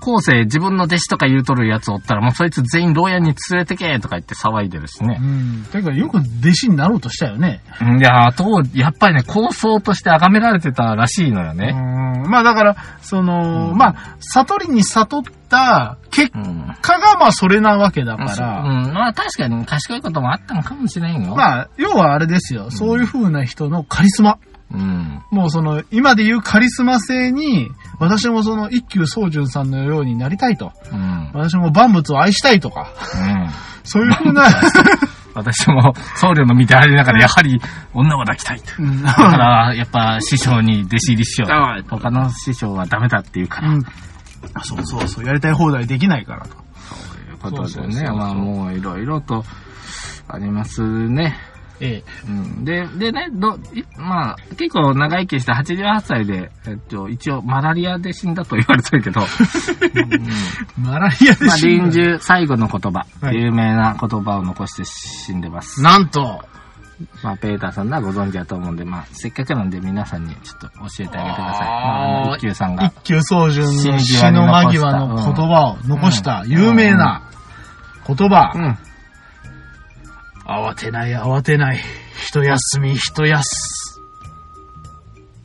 S1: 後世自分の弟子とか言うとるやつおったら、もうそいつ全員牢屋に連れてけとか言って騒いでるし
S2: あ。う
S1: ね。
S2: ん。てか、よく弟子になろうとしたよね。
S1: いやー、と、やっぱりね、構想として崇められてたらしいのよ
S2: う
S1: ね。
S2: ん。まあだから、そ
S1: う
S2: の、
S1: ん
S2: まあ、悟りに悟った結
S1: うん。
S2: 果がまあそれなわけだ
S1: う
S2: か
S1: ん、
S2: ら、
S1: まあ確かに賢いこともあったのかもしれんよ。
S2: まあ、要はあれですよ。そういう風な人のカリスマ。
S1: うん。
S2: もうその、今で言うカリスマ性に、私もその一休宗純さんのようになりたいと。
S1: うん。
S2: 私も万物を愛したいとか。
S1: うん。
S2: そういう風な、
S1: 私も僧侶の見てありながら、やはり女は抱きたいと。
S2: うん
S1: だから、やっぱ師匠に弟子入りしよう。他の師匠はダメだって言うから。
S2: うん。そうそうそう、やりたい放題できないからと。
S1: ということ
S2: そ
S1: で
S2: うそうそう
S1: ね、
S2: そう
S1: まあもういろいろとありますね。
S2: ええ。
S1: うん、で、でね、ど、いまあ、結構長生きして88歳で、えっと、一応マラリアで死んだと言われてるけ ど、
S2: マラリアで
S1: まあ
S2: 死
S1: 臨
S2: んだ。
S1: 終最後の言葉、
S2: はい
S1: 有名な言葉を残して死んでます。
S2: なんと、
S1: まあ、ペーターさんならご存知だと思うんで、まあ、せっかくなんで皆さんにちょっと教えてあげてください。
S2: あー
S1: まあ、あの一休さんが
S2: 一。休宗純の死の間際の言葉を残した有名な言葉。
S1: うん。
S2: 慌てない慌てない。一休み一休み。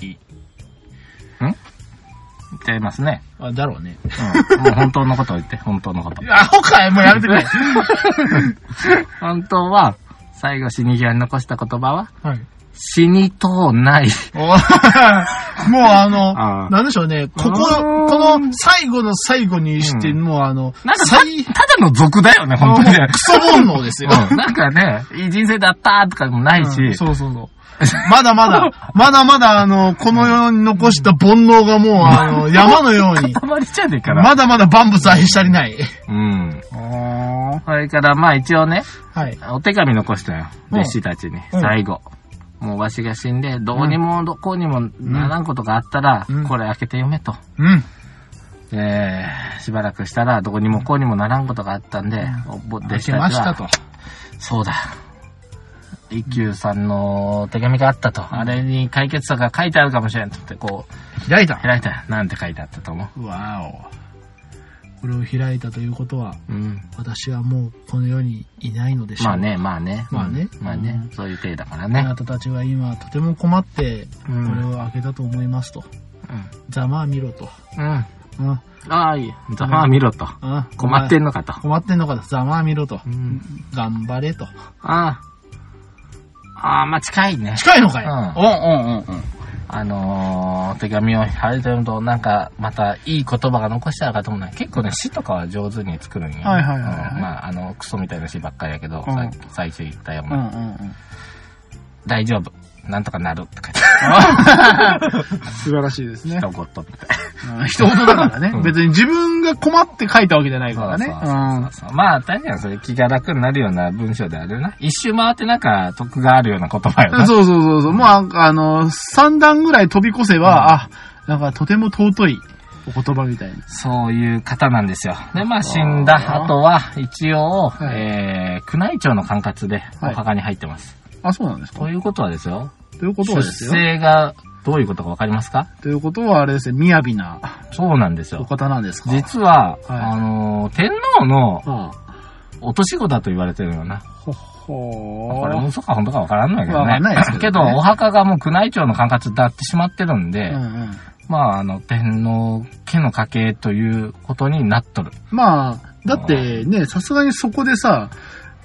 S1: 言っちゃいますね。
S2: あ、だろうね。
S1: うん。もう本当のことを言って、 本当のこと。
S2: アホかいもうやめて くれ。
S1: 本当は、最後死に際に残した言葉は、
S2: はい。
S1: 死にとうない。
S2: おもうあの、
S1: あー
S2: なんでしょうね。ここ、
S1: うーん
S2: この最後の最後にして、
S1: うん
S2: もうあの、
S1: なんかた、
S2: 最、
S1: ただの俗だよね、
S2: も
S1: 本
S2: う
S1: 当にね。
S2: クソ煩悩ですよ。
S1: うんなんかね、いい人生だったとかもないし、
S2: うんそうそうそう。まだ まだ、まだまだあの、この世に残した煩悩がもうあ の、山のように、
S1: たまりちゃうねえから。
S2: まだまだ万物愛し足りない。
S1: うん。
S2: は
S1: それから、まあ一応ね、
S2: い。
S1: お手紙残したよ。
S2: うん
S1: 弟子たちに、
S2: うん
S1: 最後。もうわしが死んで、どうにもどこうにもならんことがあったら、
S2: うん
S1: これ開けて読めと。
S2: うん。
S1: えー、しばらくしたら、どこにもこうにもならんことがあったんで、おぼ弟子た
S2: で
S1: ち
S2: きました
S1: は、
S2: と。
S1: そうだ。一休さんの手紙があったと。あれに解決策が書いてあるかもしれんと思って、こう、
S2: 開いた。
S1: 開いたら、なんて書いてあったと思う。
S2: わお。これを開いたということは、
S1: うん。
S2: 私はもうこの世にいないのでしょう。
S1: まあ。ね、まあね。
S2: まあね
S1: うんまあね。そういう体だから
S2: あ
S1: ね
S2: な。たたちは今とても困って、
S1: う
S2: こ
S1: ん
S2: れを開けたと思いますと。
S1: う
S2: ざまあ見ろと。
S1: ん。うん。
S2: うん。
S1: ああ、いい。ざまあ見ろと。
S2: うん。
S1: 困ってんのかと。
S2: 困ってんのかと。ざまあ見ろと
S1: う。ん。
S2: 頑張れと。
S1: ああ。ああ、まあ近いね。
S2: 近いのかい、
S1: うん
S2: お
S3: うんうんうん。
S1: あのー、手紙を貼りてると、なんか、またいい言葉が残してあるかと思うね。結構ね、詩とかは上手に作るんよ。
S2: はいはいはいはい
S1: うんまあ、あの、クソみたいな詩ばっかりやけど、
S3: うん
S1: さっき最初言ったよう
S3: う
S1: な、
S3: んうんうん。
S1: 大丈夫。なんとかなるって書いて
S2: 素晴らしいです ね
S1: あ。る。一言みたい
S2: うん人事だからね
S1: う。ん
S2: 別に自分が困って書いたわけじゃないか
S1: な。
S2: らね。うん
S1: そうそうそうそうまあ、確かにそれ気が楽になるような文章であるよな。一周回ってなんか、得があるような言葉よな。
S2: そうそうそうそう。もうあ、あの、3段ぐらい飛び越せば、あ、なんかとても尊いお言葉みたいな。
S1: そういう方なんですよ。で、まあ死んだ後は、一応、
S2: はい
S1: えー、宮内庁の管轄でお墓に入ってます。
S2: あ、そうなんですか
S1: ということはですよ、
S2: ということはですよ
S1: 出。生がどういうことかわかりますか
S2: ということはあれですね、雅な
S1: そうなんです
S2: お
S1: よ。
S2: 方なんですか
S1: 実は、
S2: はい
S1: あのー、天皇の
S2: は
S1: 落とし子だと言われてるよな
S2: あ。ほほ
S1: これ嘘か本当かわからんのやけどね。
S2: わかんないですけ
S1: け
S2: ど
S1: ど、
S2: ね
S1: お墓がもう宮内庁の管轄になってしまってるんで、
S2: うんうん。
S1: まあ、あの、天皇家の家系ということになっとる。
S2: まあ、だってね、さすがにそこでさ、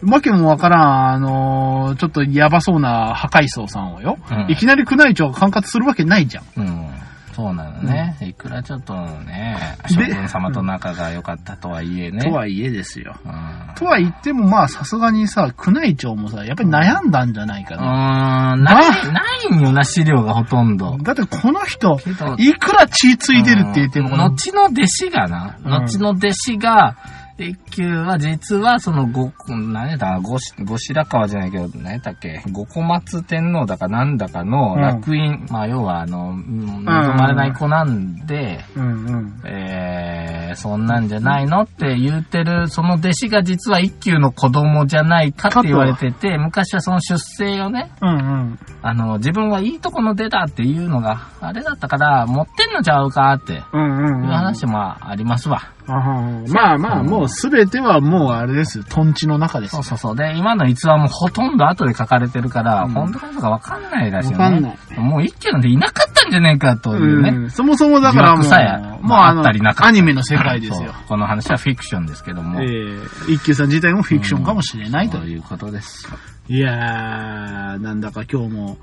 S2: わけもわからん、あのーちょっとやばそうな破壊層さんをよ、
S1: うん
S2: いきなり宮内庁が管轄するわけないじゃん。
S1: うん。そうなのね。いくらちょっとね、
S2: で
S1: 将軍様と仲が良かったとはいえね。
S2: とはいえですよ。
S1: うん
S2: とは言っても、まあ、さすがにさ、宮内庁もさ、やっぱり悩んだんじゃないか
S1: う
S2: な。
S1: ーん、ない、ないんよな、資料がほとんど。
S2: だってこの人、
S1: けど
S2: いくら血ついてるって言っても、
S1: うん後の弟子がな、
S2: うん
S1: 後の弟子が、一級は実はその五、何やった五し、五白川じゃないけど、何やったっけ五小松天皇だかなんだかの
S2: うん
S1: 楽印、まあ要はあの、うん望まれない子なんで、
S2: うんうん。
S1: えー、そんなんじゃないのって言ってる、その弟子が実は一級の子供じゃないかって言われてて、昔はその出生をね、
S2: うんうん。
S1: あの、自分はいいとこの出だっていうのが、あれだったから、持ってんのちゃうかって、
S2: うんうん、
S1: いう話もありますわ。
S2: まあまあ、もうすべてはもうあれです。トンチの中です
S1: そ
S2: よ
S1: う。そうそう。で、今の逸話もほとんど後で書かれてるから、
S2: うん
S1: 本当かどうかわかんないらしいよね。
S3: わかんない
S1: もう一級なんていなかったんじゃねえかというね。
S2: うんそもそもだからも
S1: 疑惑さえ
S2: う、もうあ
S1: あ
S2: の
S1: ったりな、かったり
S2: アニメの世界ですよ
S1: そ。うこの話はフィクションですけども。
S2: えー一休さん自体もフィクションかもしれないと
S1: と
S2: いう。
S1: いうことです。
S2: いやー、なんだか今日も、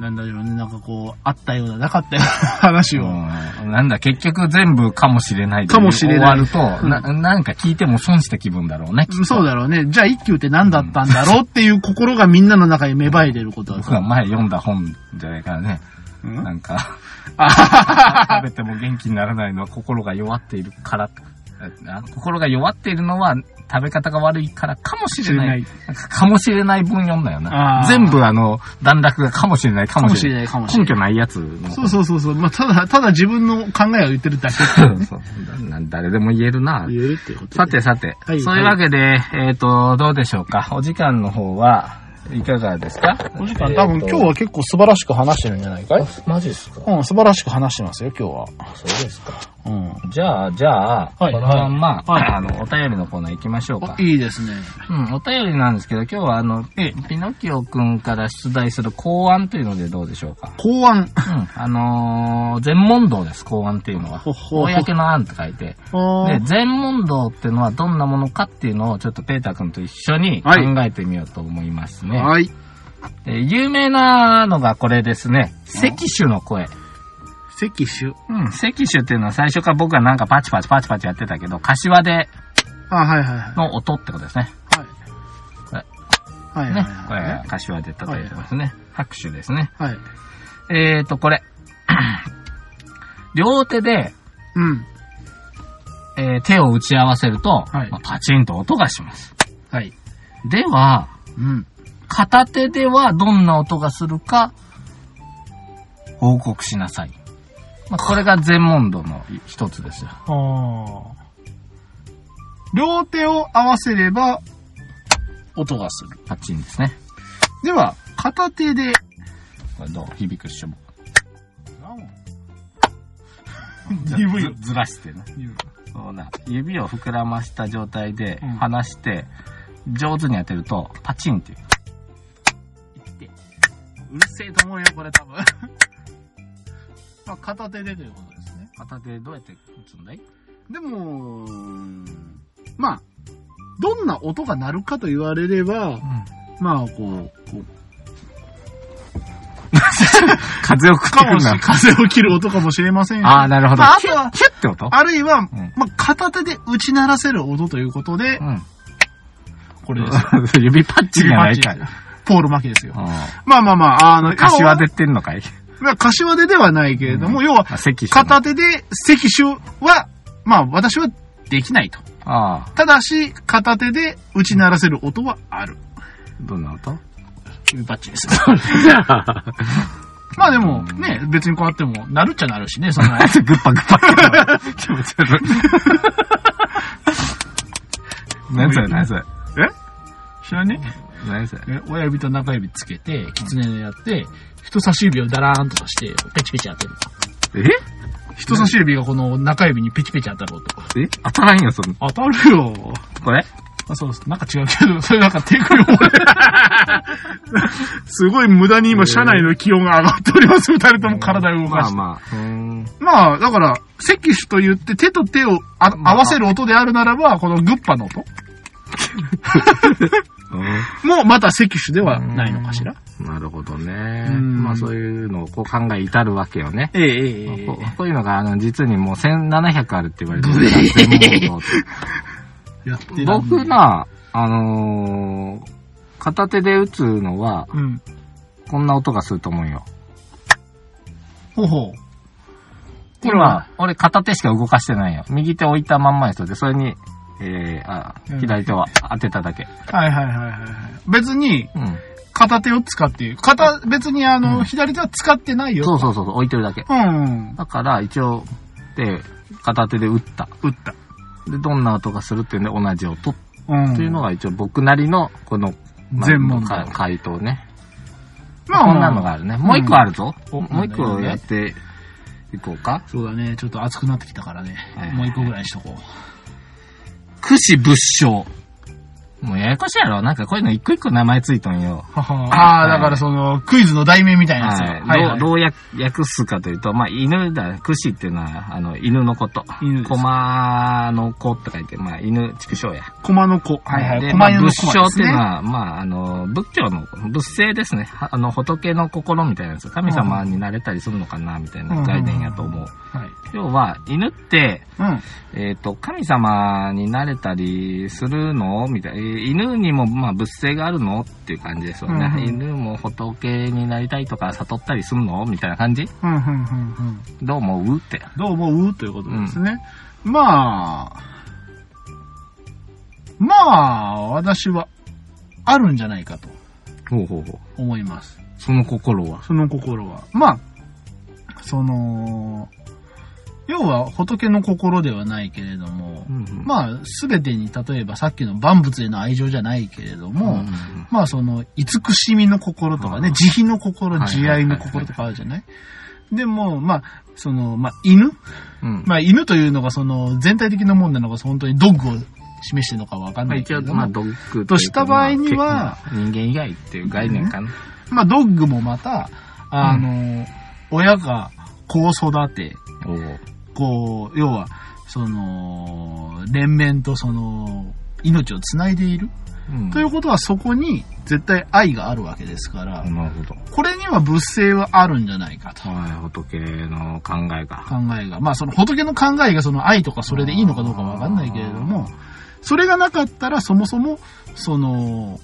S2: なんだろうね、なんかこう、あったような、なかったような話を。
S1: うんなんだ、結局全部かもしれないで
S2: かもしれない
S1: 終わると、な、なんか聞いても損した気分だろうね。
S2: そうだろうね。じゃあ一休って何だったんだろうっていう心がみんなの中に芽生えてることだ
S1: 僕が前読んだ本じゃないからね。
S2: うん
S1: なんか、
S2: あははは
S1: 食べても元気にならないのは心が弱っているから。あ心が弱っているのは食べ方が悪いからかもしれない。
S2: 知
S1: なんかかもしれない分読んだよ
S2: あ
S1: な
S2: ー。
S1: 全部あの、段落がかもしれない、か
S2: か
S1: も
S2: も
S1: し
S2: し
S1: れな
S2: れ
S1: い。
S2: ないかもしれ
S1: 根
S2: ない。
S1: 拠ないやつの。
S2: そうそうそうそう。まあ、ただ、ただ自分の考えを言ってるだけって
S1: そう そうな誰でも言えるな。
S2: 言えるっていうこと
S1: さ
S2: で
S1: てさて、
S2: はい
S1: そういうわけで、えっ、と、どうでしょうか。お時間の方はいかがですか
S2: お時間多分今日は結構素晴らしく話してるんじゃないかい
S1: マジですか
S2: うん、素晴らしく話してますよ、今日は。
S1: そうですか。
S2: うん。
S1: じゃあ、じゃあ、
S2: はい
S1: このまんま、
S2: はい
S1: あの、お便りのコーナー行きましょうか。
S2: いいですね。
S1: うん、お便りなんですけど、今日はあの、ピノキオくんから出題する公安というのでどうでしょうか。
S2: 公安。
S1: うん、あのー、全問答です、公安っていうのは。
S2: ほほほ
S1: 公の案って書いて。で、全問答っていうのはどんなものかっていうのをちょっとペーター君と一緒に考
S2: はい
S1: えてみようと思いますね。
S2: はい。
S1: えー有名なのがこれですね。赤手の声。
S2: 関主。
S1: うん、赤手っていうのは最初から僕がなんかパチパチパチパチやってたけど、柏で
S2: あ、はいはいは
S1: の音ってことですね。
S2: い。はい。はいはい
S1: ね。こ
S2: は
S1: れ、柏で叩いてますね。拍手ですね。
S2: い。はい。
S1: えーと、これ。両手で、
S2: うん。
S1: えー手を打ち合わせると、
S2: はい
S1: まあパチンと音がします。
S2: はい。
S1: では、
S2: うん。
S1: 片手ではどんな音がするか、報告しなさい。まあ、これが全問答の一つですよ。
S2: あ両手を合わせれば、音がする。
S1: パチンですね。
S2: では、片手で、
S1: これどう響くっしょ。
S2: 鈍いよ
S1: ずずらしてね。そうだ。指を膨らました状態で
S2: うん
S1: 離して、上手に当てると、パチンっていう。
S2: うるせえと思うよ、これ多分。 まあ、片手でということですね。
S1: 片手でどうやって打つんだい
S2: でも、まあ、どんな音が鳴るかと言われれば、まあ、こう、こう、
S1: 風を食って
S2: か
S1: くる
S2: も
S1: ん
S2: し
S1: だ。
S2: 風を切る音かもしれませんよ
S1: ああ、なるほど。
S2: まああ
S1: ヒュ
S2: と
S1: ッ
S2: は
S1: ヒュッってこと
S2: あるいは、
S1: ん
S2: まあ、片手で打ち鳴らせる音ということで、
S1: う
S2: これです。
S1: ん。 指パッチンじゃないかい。
S2: ポール・マキですよ
S1: う。ん
S2: まあまあまあ、あの、
S1: 柏でってんのかい
S2: 要は。柏手ではないけれども、要は、
S1: あ、席
S2: 片手で石手は、まあ私はできないと。
S1: ああ、
S2: ただし、片手で打ち鳴らせる音はある。
S1: どんな音
S2: 指パッチンです。 まあでも、ね、別にこうやっても、なるっちゃなるしね、その、
S1: グッパグッパっての気持ち悪い。何それ何それ
S2: 知らね
S1: 何それ
S2: え親指と中指つけて、狐でやって、人差し指をダラーンとかして、ペチペチ当てる。
S1: え
S2: 人差し指がこの中指にペチペチ当たる音。
S1: え当たらんよ、その、
S2: 当たるよ。
S1: これ
S2: あ、そうです。なんか違うけど、それなんか手首も俺。すごい無駄に今、車内の気温が上がっております。二人とも体を動かして。ま
S1: ま
S2: あ、
S1: あまあ。うーん。
S2: だから、石手と言って手と手をあ
S1: まあ
S2: 合わせる音であるならば、このグッパの音
S1: う
S2: もまた石手ではないのかしら。
S1: んなるほどね。
S2: ん
S1: まあそういうのをこう考え至るわけよね。
S2: ええ
S1: まあこうこういうのが、あの、実にもう1700あるって言われ てるから全問答って
S2: やってらん
S1: 僕な、あのー片手で打つのは、
S2: うん。
S1: こんな音がすると思うよ。
S2: ほうほう。
S1: これは、俺片手しか動かしてないよ。右手置いたまんまにしといて、それに、えー、あ
S2: うん、
S1: 左手は当てただけ。
S2: はいはいはいはいはい。別に、
S1: うん。
S2: 片手を使っている。片、別にあの、
S1: うん
S2: 左手は使ってないよ。
S1: そうそうそうそう、置いてるだけ。
S2: うん。
S1: だから、一応、で、片手で打った。
S2: 打った。
S1: で、どんな音がするっていうんで、同じ音っ
S2: うん。
S1: ていうのが一応僕なりの、この、まあ
S2: 全問答
S1: か回答ね。
S2: まあ、
S1: こんなのがあるね。もう一個あるぞ。
S2: うん
S1: もう一個やっていこうか。
S2: そうだね、ちょっと暑くなってきたからね
S1: はい。
S2: もう一個ぐらいにしとこ
S1: 九死仏傷。もうややこしいやろ。なんかこういうの一個一個名前ついとんよ。
S2: う。ああ、だからその、クイズの題名みたいなやつよ。
S1: はい。どう、ど
S2: う
S1: う訳訳すかというと、まあ、犬だ。九死っていうのは、あの、犬のこと。
S2: 犬です
S1: 駒の子って書いて、まあ、犬畜生や。
S2: 駒の子。
S1: で、ま
S2: 駒
S1: あ、
S2: 用の
S1: 仏
S2: 子
S1: 性っていうの
S2: は。
S1: は、まあ、あの、仏教の、仏性ですね。はあの、仏の心みたいなやつ。神様になれたりするのかな、みたいな概念やと思う。
S2: はい。
S1: 要は、犬って、
S2: うん。
S1: えっ、と、神様になれたりするのみたいな。えー犬にも、まあ、仏性があるのっていう感じですよね。
S2: うんうん
S1: 犬も仏になりたいとか悟ったりするのみたいな感じ
S2: うん、うん、うん、うん。
S1: どう思うって。
S2: どう思うということですね。まあ、まあ、私は、あるんじゃないかと
S1: ほうほうほう。
S2: 思います。
S1: その心は。
S2: その心は。まあ、その、要は仏の心ではないけれども、
S1: あ、
S2: まあ、すべてに、例えばさっきの万物への愛情じゃないけれども、
S1: うんうん
S2: まあ、その、慈しみの心とか
S1: う
S2: ね
S1: ん、
S2: 慈悲の
S1: は
S2: 心、
S1: いはい
S2: 慈愛の心とかあるじゃないでも、まあ、その、まあ、犬
S1: うん。ま
S2: まあ、犬というのが、その、全体的なもんなのか、本当にドッグを示してるのかわかん
S1: あ、
S2: ないけ
S1: 一
S2: れ
S1: 応、
S2: ども、
S1: まあ、
S2: ま
S1: ドッグ
S2: とした場合には、
S1: まあ人間以外っていう概念かな。
S2: あ、ドッグもまた、あの、親がこう育て、
S1: おう
S2: こう、要は、その、連綿とその、命をつないでいる。
S1: うん
S2: ということはそこに絶対愛があるわけですから、
S1: なるほど。
S2: これには物性はあるんじゃないかと。
S1: はい、仏の考えが。
S2: 考えが。まあその仏の考えがその愛とかそれでいいのかどうかわかんないけれども、それがなかったらそもそも、その、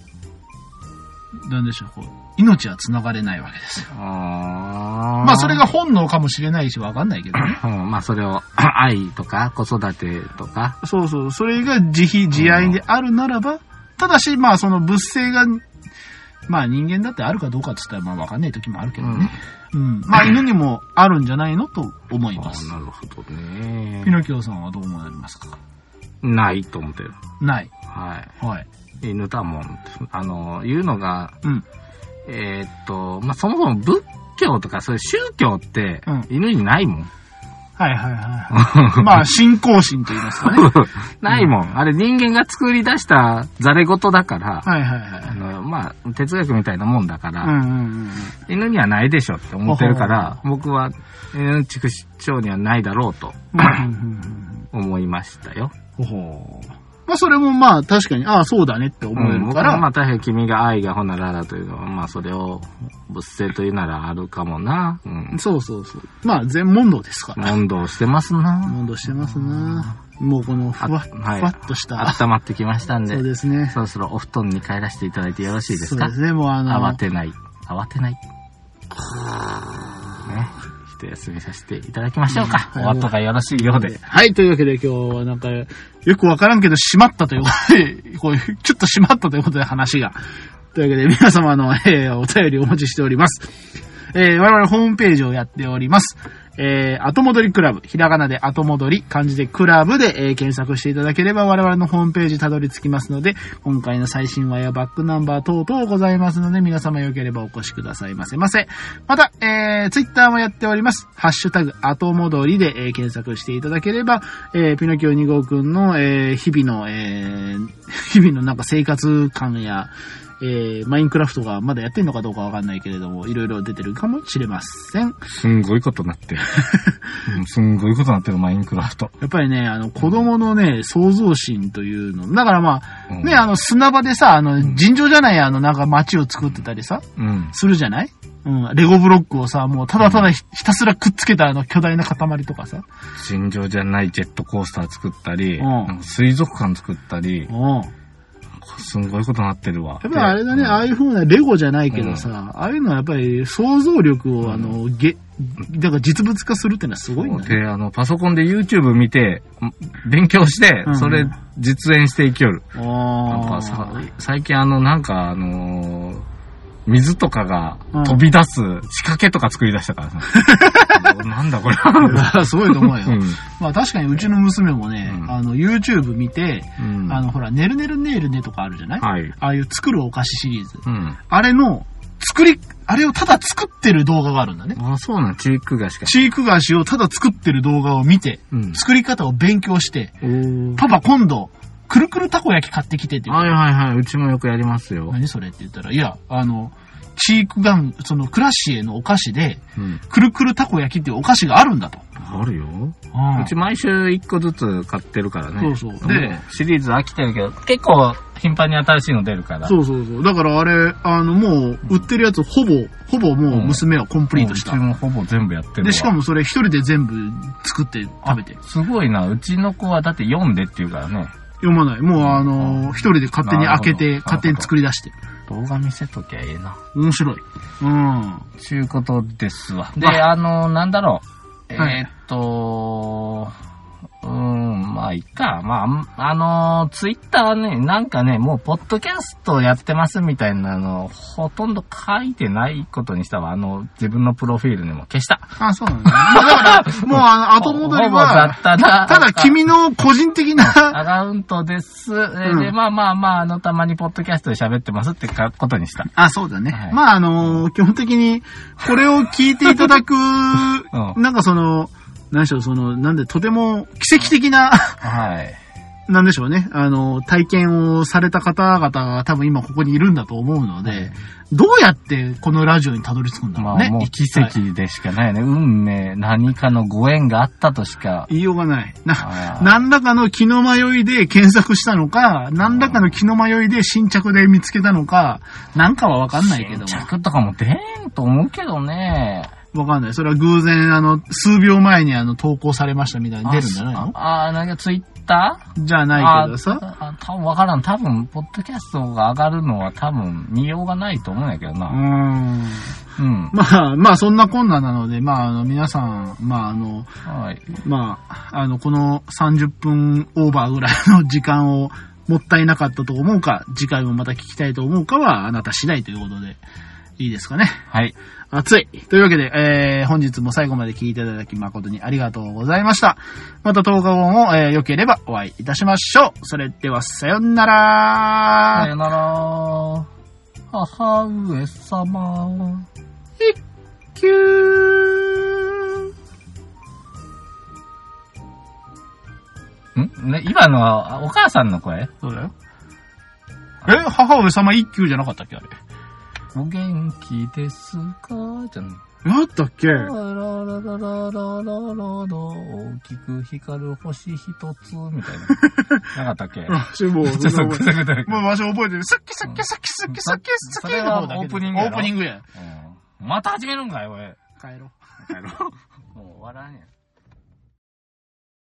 S2: なんでしょう、こう、命は繋がれないわけですよ。
S1: あー
S2: まあそれが本能かもしれないしわかんないけどね。
S1: うん、まあそれを愛とか子育てとか、
S2: そうそう、それが慈悲、慈愛であるならば、ただし、まあ、その物性が、まあ人間だってあるかどうかって言ったら、まあわかんない時もあるけどね。うん。まあ犬にもあるんじゃないのと思い
S1: あ
S2: ます
S1: ー。なるほど
S2: ピ
S1: ね。
S2: ノキオさんはどう思われますか
S1: ないと思ってる。
S2: ない。
S1: は
S2: はい。
S1: い。犬だもん。あの、言うのが、
S2: うん。
S1: えーっと、まあそもそも仏教とかそういう宗教って
S2: うん、
S1: 犬にないもん。
S2: はいはいはい。 まあ、信仰心と言いますかね。
S1: ないもん。あれ人間が作り出したザレ事だから、
S2: はいはい
S1: あ
S2: はい。
S1: の、まあ哲学みたいなもんだか
S2: う
S1: ら、
S2: んうんうん。
S1: 犬にはないでしょって思ってるから、僕は犬畜生にはないだろうと
S2: うんうんうんうん
S1: 思いましたよ。
S2: ほほう。まあそれもまあ確かに、ああ、そうだねって思え
S1: うん、
S2: る
S1: 僕
S2: か
S1: は
S2: ら、
S1: まあ確かに君が愛がほならだというのは、まあそれを物性というならあるかもな。うん。
S2: そうそうそう。まあ全問答ですから。
S1: 問答してますな。
S2: 問答してますなもうこのふわ、ふ
S1: はい
S2: わっとした。
S1: 温まってきましたんで
S2: そう、ですね。
S1: そろそろお布団に帰らせていただいてよろしいです
S2: そ
S1: か
S2: うですね、もうあの
S1: 慌、てない。慌てない。ね。一休みさせていただきましょうか。
S2: うん
S1: お後がよろしいようで。
S2: はい、というわけで今日はなんか、よくわからんけど、閉まったということで、 こういう、ちょっと閉まったということで話が。というわけで皆様の、えーお便りお持ちしております。えー我々ホームページをやっております。えー後戻りクラブ、ひらがなで後戻り、漢字でクラブで、えー検索していただければ我々のホームページたどり着きますので、今回の最新話やバックナンバー等々ございますので、皆様よければお越しくださいませませ。また、えー、ツイッターもやっております。ハッシュタグ、後戻りで、えー検索していただければ、えーピノキオ2号くんの、えー日々の、えー日々のなんか生活感や、えーマインクラフトがまだやってんのかどうかわかんないけれども、いろいろ出てるかもしれません。
S1: すんごいことな ってる。うんすんごいことなってる、マインクラフト。
S2: やっぱりね、あの、子供のね、創造心というの。だからまあ、
S1: うん
S2: ね、あの、砂場でさ、あの、尋常じゃない、あの、なんか街を作ってたりさ、
S1: うん。
S2: するじゃないうん、レゴブロックをさ、もうただただひひたすらくっつけたあの巨大な塊とかさ。
S1: 尋常じゃないジェットコースター作ったり、
S2: うん
S1: なんか水族館作ったり、
S2: うん。
S1: すんごいことなってるわ。
S2: やっぱりあれだね、
S1: うん
S2: ああいう風なレゴじゃないけどさ、ああいうのはやっぱり想像力を、あの、げ、だから実物化するってのはすごいんだね。
S1: で、あの、パソコンで YouTube 見て、ん勉強して
S2: うん、
S1: それ実演していきよる。なん
S2: あ
S1: か
S2: あ。
S1: さ、最近あの、なんかあのー水とかが
S2: うん
S1: 飛び出す仕掛けとか作り出したから さ。なんだこれ。
S2: すごいと思うよ。
S1: うん
S2: まあ確かにうちの娘もね、
S1: うん
S2: あの、YouTube 見て、
S1: うん
S2: あの、ほら、ねるねるねるねとかあるじゃない、
S1: はい。
S2: ああいう作るお菓子シリーズ。
S1: うん。
S2: あれの、作り、あれをただ作ってる動画があるんだね。
S1: あ、そうなん、チークがしか。
S2: 飼育菓子をただ作ってる動画を見て、
S1: うん。
S2: 作り方を勉強して、
S1: おー
S2: パパ今度、くるくるたこ焼き買ってきてって言う
S1: はいはいはい。うちもよくやりますよ。
S2: 何それって言ったら、いや、あの、チークガン、そのクラシエのお菓子で、
S1: うん。
S2: くるくるたこ焼きっていうお菓子があるんだと。
S1: あるよ。
S2: う
S1: うち毎週一個ずつ買ってるからね。
S2: そうそうで
S1: もシリーズ飽きてるけど、結構頻繁に新しいの出るから。
S2: そうそうそう。だからあれ、あの、もう、売ってるやつほぼ、ほぼもう娘はコンプリートした
S1: う。ちもほぼ全部やってるわ。
S2: で、しかもそれ一人で全部作って食べて。
S1: すごいな。うちの子はだって読んでって言うからね。
S2: 読まない。もうあの、一人で勝手に開け
S1: な
S2: て
S1: るほど、
S2: 勝手に作り出して。
S1: 動画見せときゃええな。
S2: 面白 い。うん。
S1: ちゅうことですわ。で、
S2: ま
S1: あの、なんだろう。え
S2: はい
S1: ーっと、うーん、まあ、いっか。まあ、あの、ツイッターね、なんかね、もう、ポッドキャストやってますみたいなの、ほとんど書いてないことにしたわ。あの、自分のプロフィールにも消した。
S2: あ、そうなんだ。だから、もうあの、後戻り
S1: ほぼ雑
S2: は、
S1: 多な。
S2: ただ君の個人的な、
S1: アカウントです。えー
S2: う
S1: で、
S2: ん
S1: まあまあまあ、あの、たまにポッドキャストで喋ってますってかことにした。
S2: あ、そうだね。
S1: はい
S2: まあ、あのー基本的に、これを聞いてい ただく、なんかその、何でしょう、その、なんで、とても奇跡的な、
S1: はい。
S2: なんでしょうね、あのー体験をされた方々が多分今ここにいるんだと思うので、
S1: はい
S2: どうやってこのラジオにたどり着くんだろ
S1: ま
S2: う
S1: あ、
S2: ね。
S1: もう
S2: 一
S1: 奇
S2: 体
S1: 跡でしかないよね。運命、何かのご縁があったとしか。
S2: 言いようがない。
S1: あ
S2: な、
S1: ー
S2: 何らかの気の迷いで検索したのか、何らかの気の迷いで新着で見つけたのか、なんかはわかんないけども。
S1: 着とかも出んと思うけどね。
S2: わかんない。それは偶然、あの、数秒前にあの、投稿されましたみたいに出るんじゃないの
S1: ああ、なんかツイッター
S2: じゃないけどさ。
S1: ああ多分わからん。多分、ポッドキャストが上がるのは多分見ようがないと思うんやけど
S2: うー
S1: な。
S2: ん。
S1: うん。
S2: まあ、まあ、そんな困難なので、まあ、あの、皆さん、まあ、あの、
S1: はい。
S2: まあ、あの、この30分オーバーぐらいの時間をもったいなかったと思うか、次回もまた聞きたいと思うかは、あなた次第ということで、いいですかね。
S1: はい。
S2: 熱い。というわけで、えー、本日も最後まで聞いていただき誠にありがとうございました。また10日後も、えー、良ければお会いいたしましょう。それでは、さような
S1: さ
S2: ら。
S1: よなら。母上様。
S2: キューン
S1: んね、今のはあお母さんの声
S2: そうだよ。え、母上様一級じゃなかったっけあれ。
S1: お元気ですかじゃん。
S2: あったっけ
S1: ラララララララララ大きく光る星一つみたい な。なかったっけ
S2: あ、し もう、
S1: ちょっと
S2: も
S1: ぐだぐだ。
S2: う、わし覚えてる。さっきさっきさっきさっきさっきさっ
S1: そ
S2: き
S1: れはオープニング
S2: オ
S1: や
S2: ー
S1: ろ
S2: プニングや。
S1: うんまた始めるんかい、俺。
S2: 帰ろう。
S1: もう終わらんやん。